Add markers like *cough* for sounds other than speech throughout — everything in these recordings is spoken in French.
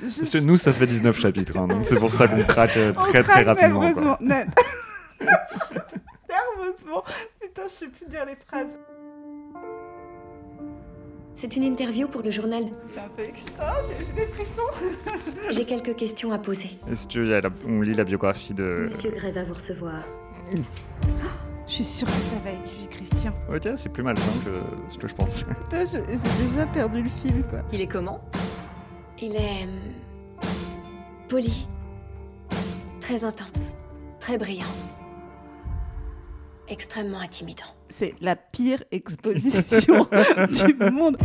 Parce que nous, ça fait 19 chapitres, hein, donc c'est pour ça qu'on craque euh, On très très craque rapidement. quoi. nerveusement. *laughs* Net. nerveusement. Putain, je sais plus dire les phrases. C'est une interview pour le journal. C'est un peu excitant, j'ai j'ai des frissons. J'ai quelques questions à poser. Est-ce que y a la- on lit la biographie de. Monsieur Gray va vous recevoir. Je suis sûre que ça va être lui, Christian. Ok, c'est plus malsain que ce que je pensais. Putain, je- j'ai déjà perdu le fil, quoi. Il est comment Il est. euh, poli. Très intense. Très brillant. Extrêmement intimidant. C'est la pire *laughs* exposition du monde.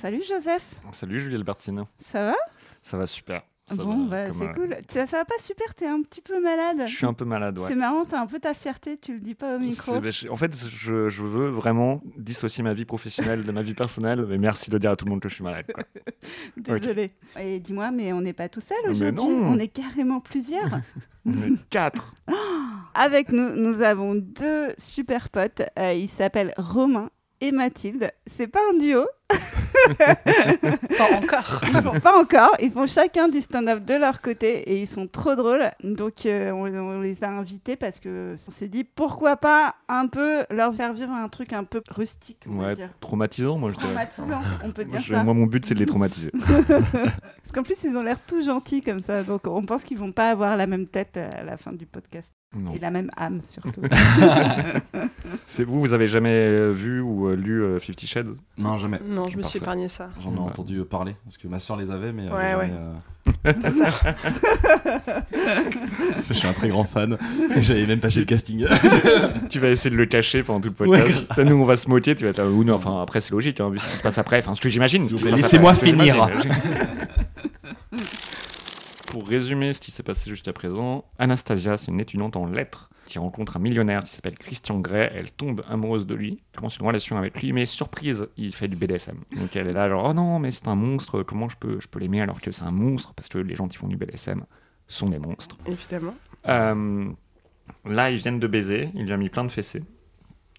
Salut Joseph, *laughs* Salut Julie Albertine, ça va ça va super. Ça Bon, va bah, comme, c'est euh, cool. Ça, ça va pas super, t'es un petit peu malade. Je suis un peu malade, ouais. C'est marrant, t'as un peu ta fierté, tu le dis pas au micro. C'est- bah, je- En fait, je, je veux vraiment dissocier ma vie professionnelle de ma vie personnelle, mais merci de dire à tout le monde que je suis malade. *laughs* quoi. Désolée. Et dis-moi, mais on n'est pas tout seul Mais aujourd'hui, non. on est carrément plusieurs. On est quatre. Avec nous, nous avons deux super potes. Euh, ils s'appellent Romain et Mathilde. C'est pas un duo, Pas encore. ils *laughs* font pas encore. Ils font chacun du stand-up de leur côté et ils sont trop drôles. Donc euh, on, on les a invités parce que on s'est dit pourquoi pas un peu leur faire vivre un truc un peu rustique, on va Ouais, dire. traumatisant, moi je dirais. Traumatisant, on *laughs* peut Moi, dire je- ça. moi, mon but, c'est de les traumatiser. Parce qu'en plus, ils ont l'air tout gentils comme ça. Donc, on pense qu'ils vont pas avoir la même tête à la fin du podcast. Non. Et la même âme, *laughs* surtout. C'est vous, vous avez jamais euh, vu ou euh, lu euh, Fifty Shades Non, jamais. Non, je me Parfait. suis épargné ça. J'en ai Ouais. entendu euh, parler parce que ma soeur les avait, mais euh, Ouais, jamais, ouais. euh, *laughs* *laughs* je suis un très grand fan. J'avais même passé le *laughs* casting. Tu vas essayer de le cacher pendant tout le podcast. Ouais, ça, nous, on va se moquer. Tu vas être là, ou non. Enfin, après, c'est logique, hein, vu ce qui se passe après. Enfin, ce que j'imagine. S'il ce vous qui plaît, se passe laissez-moi après, ce que finir. j'imagine. Pour résumer ce qui s'est passé jusqu'à présent, Anastasia, c'est une étudiante en lettres qui rencontre un millionnaire qui s'appelle Christian Grey. Elle tombe amoureuse de lui, commence une relation avec lui, mais surprise, il fait du BDSM. Donc elle est là, genre, oh non, mais c'est un monstre, comment je peux, je peux l'aimer alors que c'est un monstre Parce que les gens qui font du BDSM sont des monstres. Évidemment. Euh, là, ils viennent de baiser, il lui a mis plein de fessées.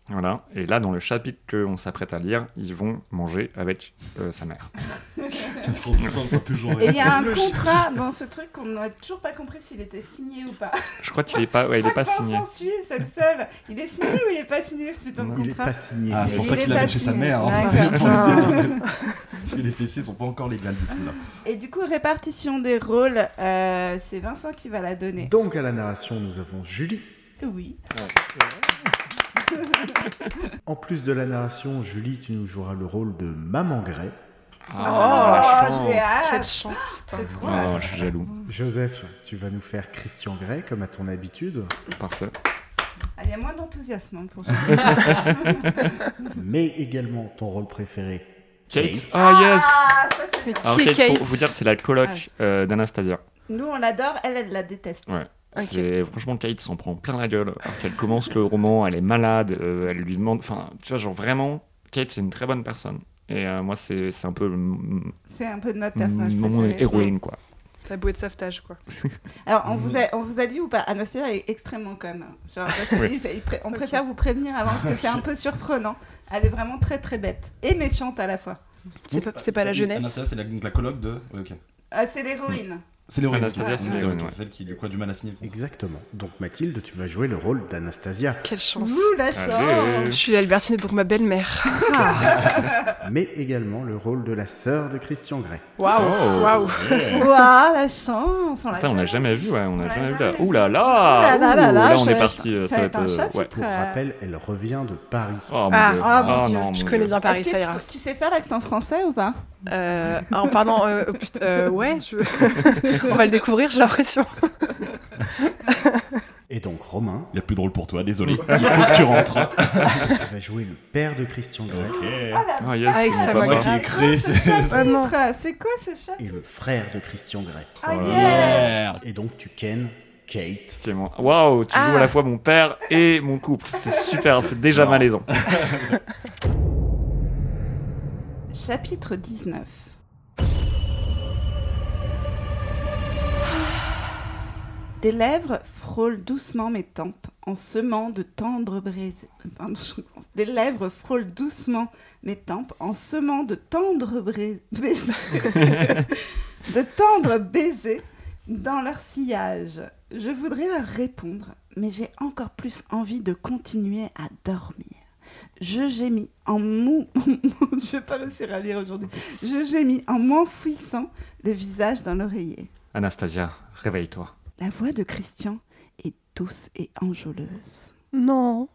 Voilà. Et là, dans le chapitre qu'on s'apprête à lire, ils vont manger avec euh, sa mère. Et il y a un contrat dans ce truc qu'on n'a toujours pas compris s'il était signé ou pas. Je crois qu'il est pas, ouais, il est *laughs* pas signé. Vincent Suisse, c'est le seul. Il est signé ou il est pas signé, ce putain de Il est contrat pas signé. Ah, c'est pour Il ça est qu'il l'a pas même chez sa signé. mère. *laughs* hein. D'accord. Juste pour le savoir. Parce que les fessiers sont pas encore légales du coup là. Et du coup, répartition des rôles, euh, c'est Vincent qui va la donner. Donc à la narration, nous avons Julie. Oui. En plus de la narration, Julie, tu nous joueras le rôle de Maman Gray. Ah, oh, la j'ai chance. Quelle hâte. chance, putain. J'ai trop Ah, hâte. je suis jaloux. Joseph, tu vas nous faire Christian Gray comme à ton habitude, Parfait. Ah, Il y a moins d'enthousiasme hein, pour ça. mais également ton rôle préféré. Kate. Ah, yes Ah, ça c'est Mais bien. Alors, qui est Kate, Kate pour vous dire, c'est la coloc euh, d'Anastasia. Nous, on l'adore, elle, elle la déteste. Ouais. Ok. C'est- Franchement, Kate s'en prend plein la gueule. Alors qu'elle commence le roman, elle est malade, euh, elle lui demande. Enfin, tu vois, genre vraiment, Kate, c'est une très bonne personne. Et euh, moi, c'est c'est un peu mm, C'est un peu notre personnage mon préféré. héroïne, quoi. La bouée de sauvetage, quoi. Alors, Mm. on vous, a, on vous a dit ou pas Anastasia est extrêmement conne. Genre, parce que Oui. il fait- il pré- on Ok. préfère vous prévenir avant parce que c'est un peu surprenant. Elle est vraiment très très bête et méchante à la fois. C'est pas, c'est pas la jeunesse. Anastasia, c'est la, donc la coloc de. ouais, ok. Euh, c'est l'héroïne. C'est l'héroïne. Anastasia, ok. c'est Ok, l'héroïne, ouais. Celle qui a du quoi du mal à signer. Exactement. Donc Mathilde, tu vas jouer le rôle d'Anastasia, Quelle chance. Nous, la Mm. Allez. chance Je suis Albertine, donc ma belle-mère. mais également le rôle de la sœur de Christian Gray. Oh. Waouh, waouh. Ouah, la chance On l'a Putain, on l'a jamais- jamais vu, Ah, ouais, on On l'a l'a jamais vu jamais là. vu. Ouh là Ouh là là là là Ouh, là, là, on ça est va parti, être- euh, ça va être. un euh, chapitre. ouais. Pour Euh. rappel, elle revient de Paris. Oh mon Ah, dieu. ah, mon Dieu, non, Je connais Dieu. bien Paris, Est-ce que ça ira. tu, tu sais faire l'accent français ou *laughs* pas Euh, en parlant. euh, oh, putain, euh, ouais, *laughs* je- *laughs* on va le découvrir, j'ai l'impression. Et donc Romain, Il y a plus de rôle pour toi, *laughs* désolé. Il faut que tu rentres. tu vas jouer le père de Christian Gray Ah, yes, Avec c'est sa pas voix mal. qui est créée, C'est c'est- quoi ce Vraiment. chapitre C'est quoi ce chapitre et le frère de Christian Gray. Ah, Oh yes Et donc tu ken Kate. Qui est mon- Waouh, tu joues à Ah. la fois mon père et mon couple. C'est super, c'est déjà Non. malaisant. Chapitre 19. Des lèvres frôlent doucement mes tempes en semant de tendres braises. Pardon, je recommence. Des lèvres frôlent doucement mes tempes en semant de tendres braises. de tendres baisers dans leur sillage. Je voudrais leur répondre, mais j'ai encore plus envie de continuer à dormir. Je gémis en mou... *laughs* je vais pas réussir à lire aujourd'hui. Je gémis en m'enfouissant le visage dans l'oreiller. Anastasia, réveille-toi. La voix de Christian est douce et enjôleuse. Non.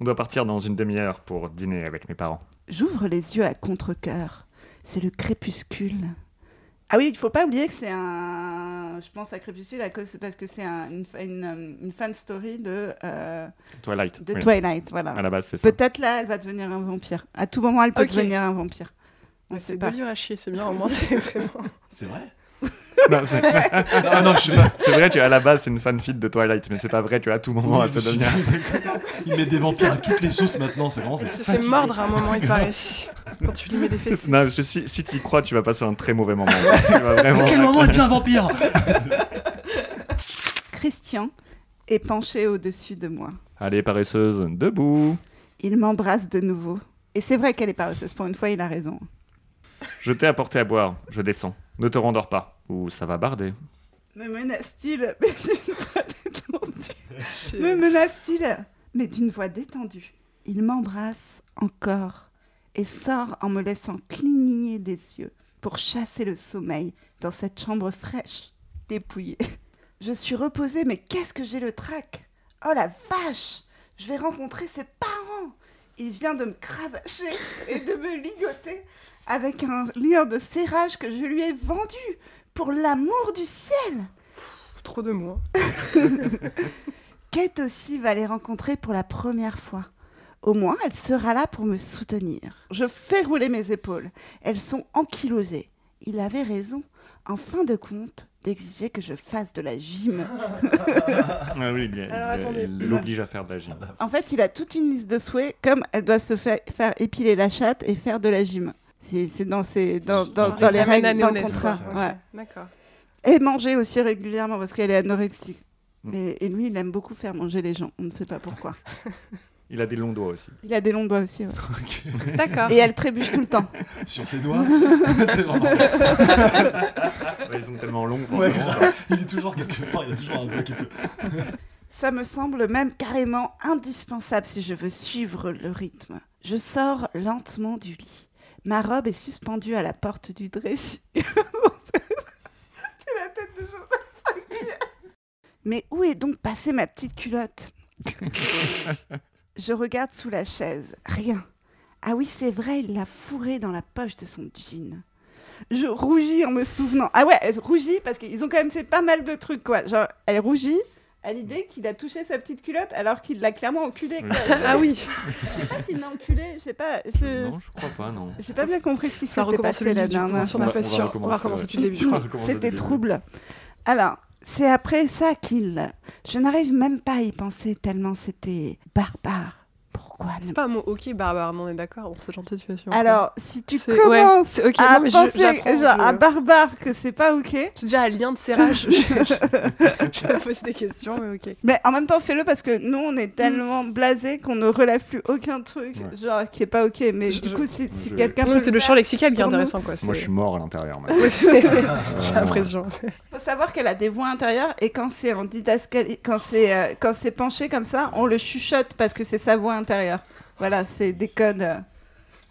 On doit partir dans une demi-heure pour dîner avec mes parents. J'ouvre les yeux à contre-cœur. C'est le crépuscule. Ah oui, il faut pas oublier que c'est un. Je pense à Crépuscule à cause parce que c'est un- une, fa- une, euh, une fan story de, euh, Twilight. de oui. Twilight. Voilà. À la base, c'est ça. Peut-être là, elle va devenir un vampire. À tout moment, elle peut Ok. devenir un vampire. On Bah, sait C'est pas. deux livres à chier, c'est bien, au moins *laughs* c'est vraiment. C'est vrai Non, c'est... Ah non, je suis pas- c'est vrai, tu à la base, c'est une fanfic de Twilight, mais c'est pas vrai, tu as à tout moment à Oui, te je suis devenir. d'accord. *laughs* Il met des vampires à toutes les sauces maintenant, c'est vraiment. Elle c'est se fait fatigant. mordre à un moment, *laughs* il paraît. Quand tu lui mets des fesses. Non, parce que si, si tu y crois, tu vas passer un très mauvais moment. tu vas vraiment... À quel moment elle devient un vampire Christian est penché au-dessus de moi. Allez, paresseuse, debout. Il m'embrasse de nouveau. Et c'est vrai qu'elle est paresseuse. Pour une fois, il a raison. Je t'ai apporté à boire, je descends. Ne te rendors pas, ou ça va barder. Me menace-t-il *laughs* Mais d'une voix détendue. Je- Me menace-t-il Mais d'une voix détendue. Il m'embrasse encore et sort en me laissant cligner des yeux pour chasser le sommeil dans cette chambre fraîche, dépouillée. Je suis reposée, mais qu'est-ce que j'ai le trac Oh la vache Je vais rencontrer ses parents Il vient de me cravacher et de me ligoter avec un lien de serrage que je lui ai vendu pour l'amour du ciel Trop de mots. Kate aussi va les rencontrer pour la première fois. Au moins, elle sera là pour me soutenir. Je fais rouler mes épaules. Elles sont ankylosées. Il avait raison, en fin de compte, d'exiger que je fasse de la gym. Ah oui, il, Alors, il- attendez. Ah bah. il l'oblige à faire de la gym. En fait, il a toute une liste de souhaits, comme elle doit se fa- faire épiler la chatte et faire de la gym. C'est c'est dans, ses- dans, dans- Genre, dans il les ramène règles, l'année dans au le naissance, contrat. ok. ouais. D'accord. Et manger aussi régulièrement, parce qu'elle est anorexique. Mm. Et, et lui, il aime beaucoup faire manger les gens. On ne sait pas pourquoi. Il a des longs doigts *laughs* aussi. Il a des longs doigts aussi. ouais. D'accord. Et elle trébuche tout le temps. Sur ses doigts C'est vraiment- Ouais, Ils sont tellement longs. Ouais, *laughs* grave. Il est toujours quelque part, il y a toujours un doigt qui peut. Ça me semble même carrément indispensable si je veux suivre le rythme. Je sors lentement du lit. Ma robe est suspendue à la porte du *laughs* dressing. C'est la tête de Joseph. Mais où est donc passée ma petite culotte Je regarde sous la chaise. Rien. Ah oui, c'est vrai, il l'a fourrée dans la poche de son jean. Je rougis en me souvenant. Ah ouais, elle rougit parce qu'ils ont quand même fait pas mal de trucs, quoi. Genre, elle rougit à l'idée qu'il a touché sa petite culotte alors qu'il l'a clairement enculée. quoi. Ah oui, Je sais pas s'il l'a enculée, je sais pas. je- Non, je crois pas, non. J'ai pas bien compris ce qui ça s'était recommence passé le la livre. du coup, dernière. si On n'a On va- pas on va sûr. On recommencer, va recommer ouais. depuis le début, je crois. recommence au C'était début. trouble. Alors, c'est après ça qu'il. Je n'arrive même pas à y penser tellement c'était barbare. Pourquoi ne C'est pas un mot ok, barbare, non, on est d'accord, on se genre de situation. Alors, si tu C'est- ouais, commences c'est ok, à non, mais je- penser j'apprends, genre, je- à barbare que c'est pas ok, C'est déjà un lien de serrage. *laughs* Je vais poser des questions, mais ok. mais en même temps fais-le parce que nous on Mm. est tellement blasés qu'on ne relève plus aucun truc Ouais. genre qui est pas ok. Mais Je- du je- coup, si, si je- quelqu'un peut Non, C'est le faire- champ lexical qui est pour nous. intéressant, quoi. c'est- Moi, je suis Euh, mort à l'intérieur. maintenant. *laughs* Ouais, c'est- J'ai Vraiment. l'impression. faut savoir qu'elle a des voix intérieures et quand c'est en didascalie, quand c'est euh, quand c'est penché comme ça, on le chuchote parce que c'est sa voix intérieure. Voilà, c'est des codes. euh.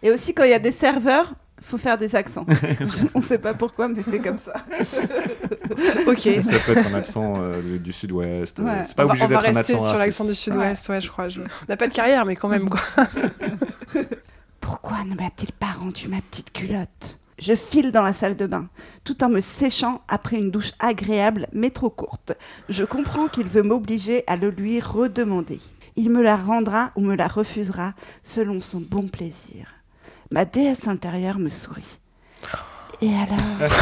Et aussi quand il y a des serveurs, faut faire des accents. on sait pas pourquoi, mais c'est comme ça. *laughs* Ok. Ça peut être un accent euh, du- du sud-ouest. euh, Ouais. C'est pas On va, obligé on va d'être un rester accent sur raciste. l'accent du sud-ouest, ouais, je crois. je- On n'a pas de carrière, mais quand même, quoi. Pourquoi ne m'a-t-il pas rendu ma petite culotte Je file dans la salle de bain, tout en me séchant après une douche agréable mais trop courte. Je comprends qu'il veut m'obliger à le lui redemander. Il me la rendra ou me la refusera selon son bon plaisir. Ma déesse intérieure me sourit. Et alors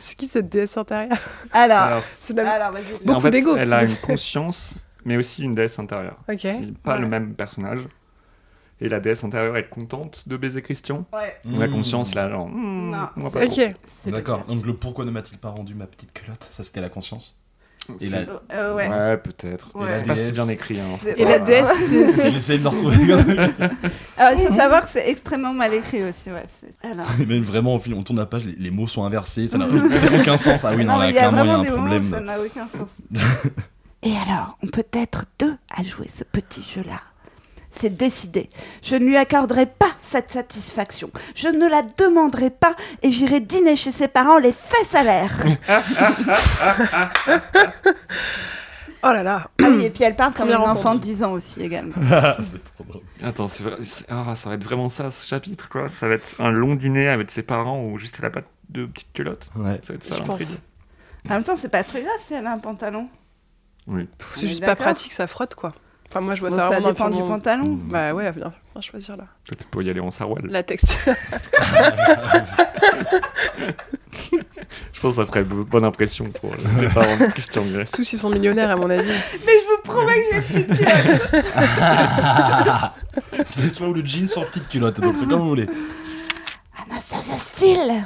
C'est qui cette déesse intérieure Alors, Alors, C'est la- vas-y. Beaucoup en fait, d'ego, Elle *laughs* c'est- a une conscience, mais aussi une déesse intérieure. Ok. C'est Pas le même personnage. Et la déesse intérieure est contente de baiser Christian. Ouais. La Mmh. conscience, là, genre. hmm, Non, on va pas c'est- trop. Ok. C'est pas D'accord. Donc le pourquoi ne m'a-t-il pas rendu ma petite culotte Ça, c'était la conscience. Et la... clair. Euh, ouais. Ouais, peut-être. Ouais. C'est pas si DS. bien écrit. hein. *laughs* C'est- Et la déesse, *laughs* c'est- Il c'est. essayait de le retrouver. *laughs* Alors, il faut savoir que c'est extrêmement mal écrit aussi. Ouais. c'est- Alors, Et même vraiment, au fil- on tourne la page, les, les mots sont inversés, *laughs* ça n'a aucun sens. Ah oui, non, là, mais il y a clairement, il y a vraiment un des moments où ça *laughs* problème. n'a aucun sens. *laughs* Et alors, on peut être deux à jouer ce petit jeu-là. C'est décidé. Je ne lui accorderai pas cette satisfaction. Je ne la demanderai pas et j'irai dîner chez ses parents les fesses à l'air. Oh là là. *coughs* Ah oui, et puis elle parle comme Première un enfant de rencontre. 10 ans aussi *laughs* également. Ah, C'est trop drôle. Attends, c'est vrai- c'est- ah, ça va être vraiment ça, ce chapitre, quoi. Ça va être un long dîner avec ses parents ou juste la patte de petite culotte. Ouais. Ça va être ça, Je l'intrigue. pense. En même temps, c'est pas très grave si elle a un pantalon. Oui. On est C'est juste pas d'accord pratique, ça frotte quoi. Enfin, moi je vois Bon, ça ça vraiment dépend dans du le monde. pantalon. Bah ouais, bien, bien choisir là. Peut-être pour y aller en sarouel. La texture. Je pense que ça ferait bo- bonne impression pour euh, les parents de Christian Grey. Tous ils sont millionnaires à mon avis. Mais je vous promets que j'ai petite culotte. *laughs* C'est soit ou le jean, soit petite culotte, donc c'est comme vous voulez. Anastasia Steele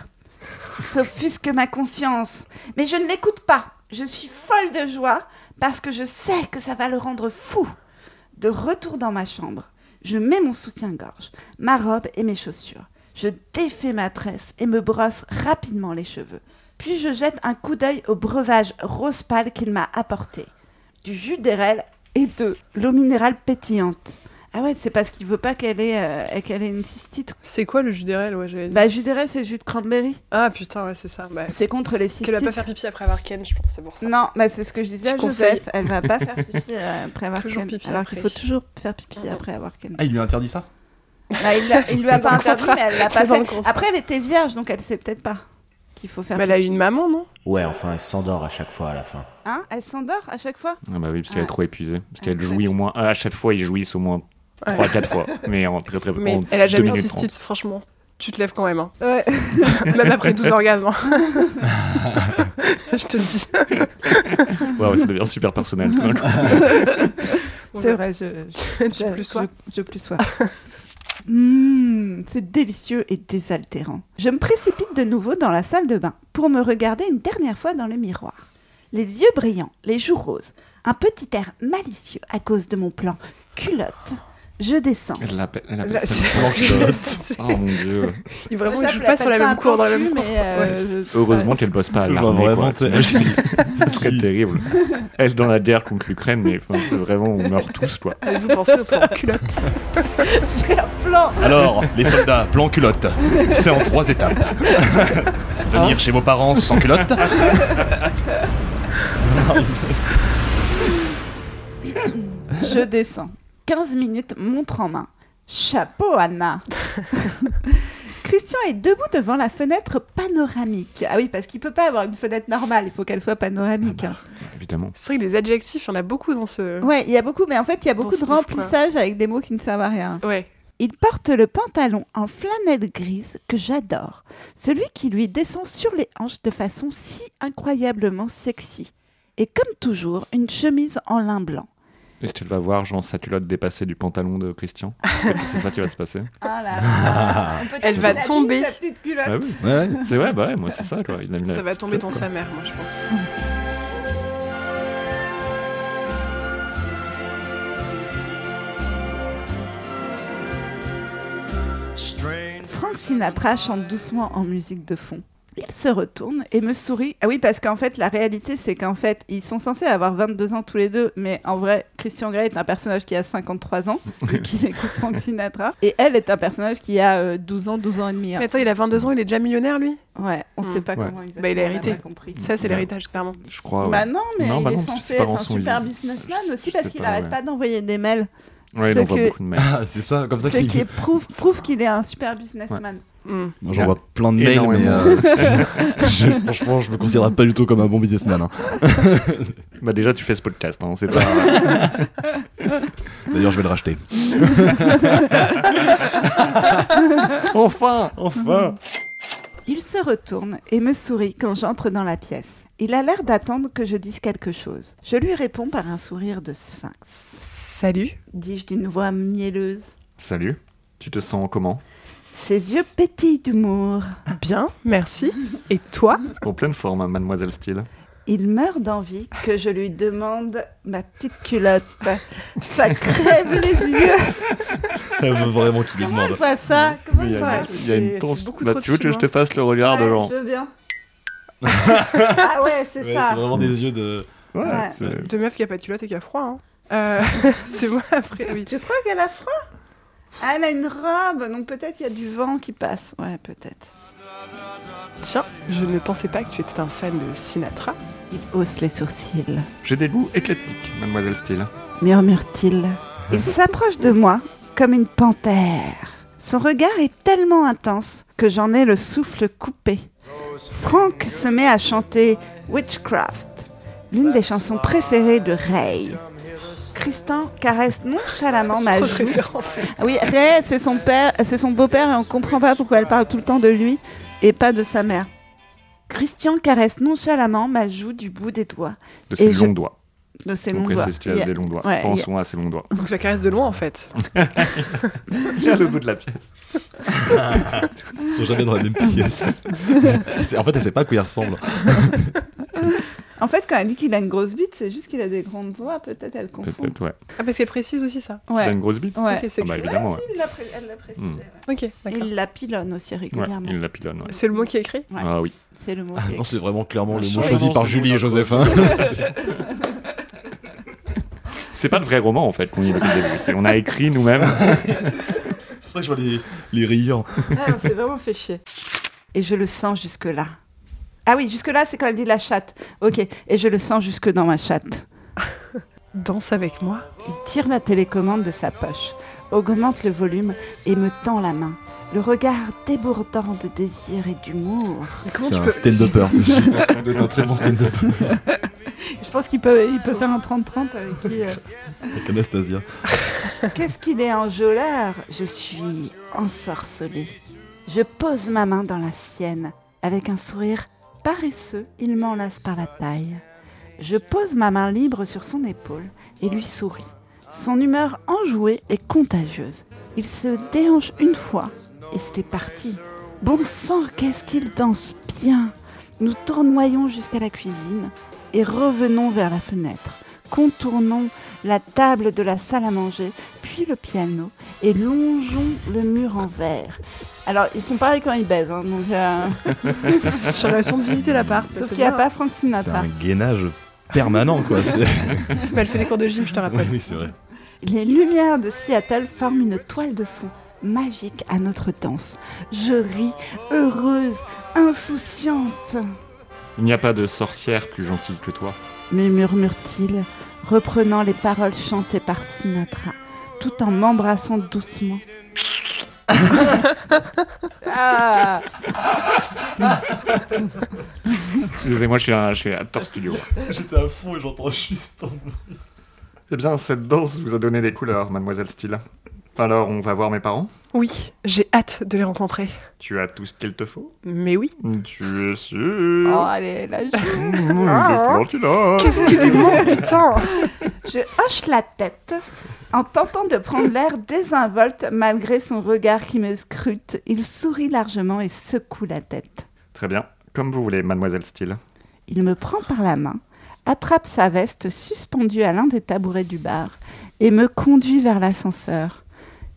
S'offusque ma conscience. Mais je ne l'écoute pas. Je suis folle de joie parce que je sais que ça va le rendre fou. De retour dans ma chambre, je mets mon soutien-gorge, ma robe et mes chaussures. Je défais ma tresse et me brosse rapidement les cheveux. Puis je jette un coup d'œil au breuvage rose pâle qu'il m'a apporté. Du jus d'érel et de l'eau minérale pétillante. Ah ouais, c'est parce qu'il veut pas qu'elle ait, euh, qu'elle ait une cystite. C'est quoi le jus d'érel ouais, j'avais dit. Bah, jus d'érel, c'est le jus de cranberry. Ah putain, ouais, c'est ça. Bah, C'est contre les cystites. Qu'elle va pas faire pipi après avoir Ken, je pense, c'est pour ça. Non, mais c'est ce que je disais à Petit conseil. Joseph. Elle va pas *laughs* faire pipi euh, après avoir Toujours Ken. pipi alors après. qu'il faut toujours faire pipi après avoir Ken. Ah, il lui a interdit ça Bah, il, *laughs* l'a- il lui a C'est dans pas le interdit, contrat. mais elle l'a C'est pas dans le fait. contrat. Après, elle était vierge, donc elle sait peut-être pas qu'il faut faire Bah, elle a eu pipi. une maman, non Ouais, enfin, elle s'endort à chaque fois à la fin. Hein elle s'endort à chaque fois Ah bah oui, parce qu'elle Ah. est trop épuisée. Parce Ah, qu'elle ouais. jouit au moins. À chaque fois, ils jouissent au moins Ouais. 3-4 fois. Mais en très très peu. Mais en elle a jamais deux eu de minutes cystite, franchement. Tu te lèves quand même, hein. *laughs* Ouais. même après 12 orgasmes. hein. je te le dis. trente. Waouh, ça devient super personnel. C'est vrai, je, *laughs* tu plus sois. Je, je plus sois. *laughs* Mmh, c'est délicieux et désaltérant. Je me précipite de nouveau dans la salle de bain pour me regarder une dernière fois dans le miroir. Les yeux brillants, les joues roses, un petit air malicieux à cause de mon plan culotte. Je descends. Elle l'appelle. Elle Là, appelle ça c'est- plan Ah, culotte. *laughs* C'est- Oh mon dieu. Il vraiment, il joue pas sur la même cour dans la même cour. Heureusement qu'elle bosse pas à Je vois l'armée. vraiment, quoi. t'es- Ce serait terrible. Elle dans la guerre contre l'Ukraine, mais enfin, c'est vraiment, on meurt tous, quoi. Vous pensez au plan culotte J'ai un plan. Alors, les soldats, plan culotte, c'est en trois *laughs* étapes. Venir chez vos parents sans culotte. Je descends. 15 minutes, montre en main. Chapeau, Anna Christian est debout devant la fenêtre panoramique. Ah oui, parce qu'il peut pas avoir une fenêtre normale, il faut qu'elle soit panoramique. Ah bah. hein. Évidemment. C'est vrai que les adjectifs, il y en a beaucoup dans ce. Ouais, il y a beaucoup, mais en fait, il y a beaucoup de ce livre, hein. remplissage avec des mots qui ne servent à rien. Ouais. Il porte le pantalon en flanelle grise que j'adore, celui qui lui descend sur les hanches de façon si incroyablement sexy. Et comme toujours, une chemise en lin blanc. Est-ce qu'elle va voir, genre, sa culotte dépasser du pantalon de Christian Peut-être que C'est ça qui va se passer. *laughs* Elle va tomber. Ah oui. Ouais. C'est vrai, bah ouais, moi, c'est ça, quoi. Il a mis la- Ça va tomber dans sa mère, moi, je pense. Frank Sinatra chante doucement en musique de fond. Il se retourne et me sourit. Ah oui, parce qu'en fait, la réalité, c'est qu'en fait, ils sont censés avoir 22 ans tous les deux, mais en vrai, Christian Grey est un personnage qui a 53 *laughs* ans, vu qu'il écoute Frank Sinatra. Et elle est un personnage qui a euh, 12 ans, 12 ans et demi. hein. Mais attends, il a 22 ans, il est déjà millionnaire, lui Ouais, on Mm. sait pas Ouais. comment exactement. Bah, il a on hérité. pas compris. Ça, c'est Ouais. l'héritage, clairement. Je crois. ouais. Bah non, mais Non, bah il non, est parce que ses censé être parents un sont- super ils- businessman je- je aussi sais parce qu'il pas, arrête ouais. pas d'envoyer des mails. Ouais, il ce envoie que- beaucoup de mails. Ah, c'est ça, comme ça Ce qu'il qui prouve, prouve qu'il est un super businessman. Hmm. Moi, j'envoie plein de mails, mais Énormément. euh, je- franchement, je me considère pas du tout comme un bon businessman. hein. Bah déjà, tu fais ce podcast, hein, c'est pas... D'ailleurs, je vais le *laughs* racheter. *laughs* enfin Enfin Il se retourne et me sourit quand j'entre dans la pièce. Il a l'air d'attendre que je dise quelque chose. Je lui réponds par un sourire de sphinx. Salut. Dis-je d'une voix mielleuse. Salut. Tu te sens comment Ses yeux pétillent d'humour. Bien, merci. Et toi En pleine forme, hein, mademoiselle Steele. Il meurt d'envie que je lui demande ma petite culotte. *laughs* Ça crève les yeux. Elle veut Euh, vraiment qu'il lui Comment elle demande. voit ça Comment Il y a, ça, une- c'est- il y a une c'est tension. beaucoup Bah, trop hein. de tu veux que je films, te fasse le regard de Ouais, genre. Je *laughs* veux bien. ah ouais, c'est Ouais, ça. c'est vraiment des yeux de. Ouais, Ouais. c'est- De meuf qui a pas de culotte et qui a froid. hein. Euh, *laughs* c'est moi après, oui. Je crois qu'elle a froid. Ah, elle a une robe, donc peut-être il y a du vent qui passe. Ouais, peut-être. Tiens, je ne pensais pas que tu étais un fan de Sinatra. Il hausse les sourcils. J'ai des goûts éclectiques, mademoiselle Steele. hein, murmure-t-il. Il s'approche de moi comme une panthère. Son regard est tellement intense que j'en ai le souffle coupé. Frank se met à chanter Witchcraft, l'une des chansons préférées de Ray. Tristan caresse nonchalamment ma Trop de joue. références. Ah Oui, Ray, c'est son père, c'est son beau-père et on comprend pas pourquoi elle parle tout le temps de lui et pas de sa mère. Christian caresse nonchalamment ma joue du bout des doigts, De ses Et je- longs doigts. de ses On longs doigts. précise qu'il y a des longs doigts. Ouais, il y a- Pensons à ses longs doigts. Donc je la caresse de loin en fait. J'ai le bout de la pièce. Ils sont jamais dans la même *laughs* pièce. C'est- en fait, elle sait pas à quoi ils ressemblent. En fait, quand elle dit qu'il a une grosse bite, c'est juste qu'il a des grandes doigts, peut-être elle confond. Peut-être, ouais. Ah parce qu'elle précise aussi ça. Il a Ouais. une grosse bite ouais. Ok, c'est Ah bah, clair. évidemment, ouais. Il l'a pré- Elle l'a précisé. Hmm. ouais. Ok, d'accord. Il la pilonne aussi Ouais, régulièrement. il la pilonne, ouais. C'est le mot qui est écrit Ouais. Ah oui. C'est le mot. qui est- Non, c'est vraiment clairement le mot Ouais, choisi non, par c'est Julie bon, et d'accord. Joseph. hein. C'est pas de vrai roman en fait qu'on y depuis le début. C'est- On a écrit nous-mêmes. *laughs* C'est pour ça que je vois les, les riants. Ah, on s'est vraiment fait chier. Et je le sens jusque-là. Ah oui, jusque-là, c'est quand elle dit la chatte. Ok, et je le sens jusque dans ma chatte. Danse avec moi. Il tire la télécommande de sa poche, augmente le volume et me tend la main. Le regard débordant de désir et d'humour. Mais comment C'est tu un peux stand-upper, c'est *laughs* C'est un très bon stand-up Je pense qu'il peut, il peut faire un 30-30 avec qui. euh, avec *laughs* Anastasia. Qu'est-ce qu'il est enjôleur Je suis ensorcelée. Je pose ma main dans la sienne. Avec un sourire paresseux, il m'enlace par la taille. Je pose ma main libre sur son épaule et lui souris. Son humeur enjouée est contagieuse. Il se déhanche une fois et c'était parti. Bon sang, qu'est-ce qu'il danse bien Nous tournoyons jusqu'à la cuisine et revenons vers la fenêtre. Contournons la table de la salle à manger, puis le piano et longeons le mur en verre. Alors, ils font pareil quand ils baisent, hein, donc... euh, *laughs* J'ai l'impression de visiter l'appart. ça, Sauf c'est qu'il n'y a bien. pas Frank C'est Sinatra. un gainage permanent, quoi. c'est- Mais elle fait des cours de gym, je te Ouais, rappelle. *laughs* oui, c'est vrai. Les lumières de Seattle forment une toile de fond magique à notre danse. Je ris, heureuse, insouciante, Il n'y a pas de sorcière plus gentille que toi. me murmure-t-il, reprenant les paroles chantées par Sinatra, tout en m'embrassant doucement. *laughs* Ah Excusez-moi, je suis, un, je suis à Thor Studio. J'étais à fond et j'entends juste. Eh bien, cette danse vous a donné des couleurs, mademoiselle Steele. Alors, on va voir mes parents. Oui, j'ai hâte de les rencontrer. Tu as tout ce qu'il te faut. Mais oui. Tu es Oh, sûr. allez, là, Mmh, je prends tu l'as. Qu'est-ce que tu lui manques, putain Je hoche la tête en tentant de prendre l'air désinvolte malgré son regard qui me scrute. Il sourit largement et secoue la tête. Très bien. Comme vous voulez, mademoiselle Steele. Il me prend par la main, attrape sa veste suspendue à l'un des tabourets du bar et me conduit vers l'ascenseur.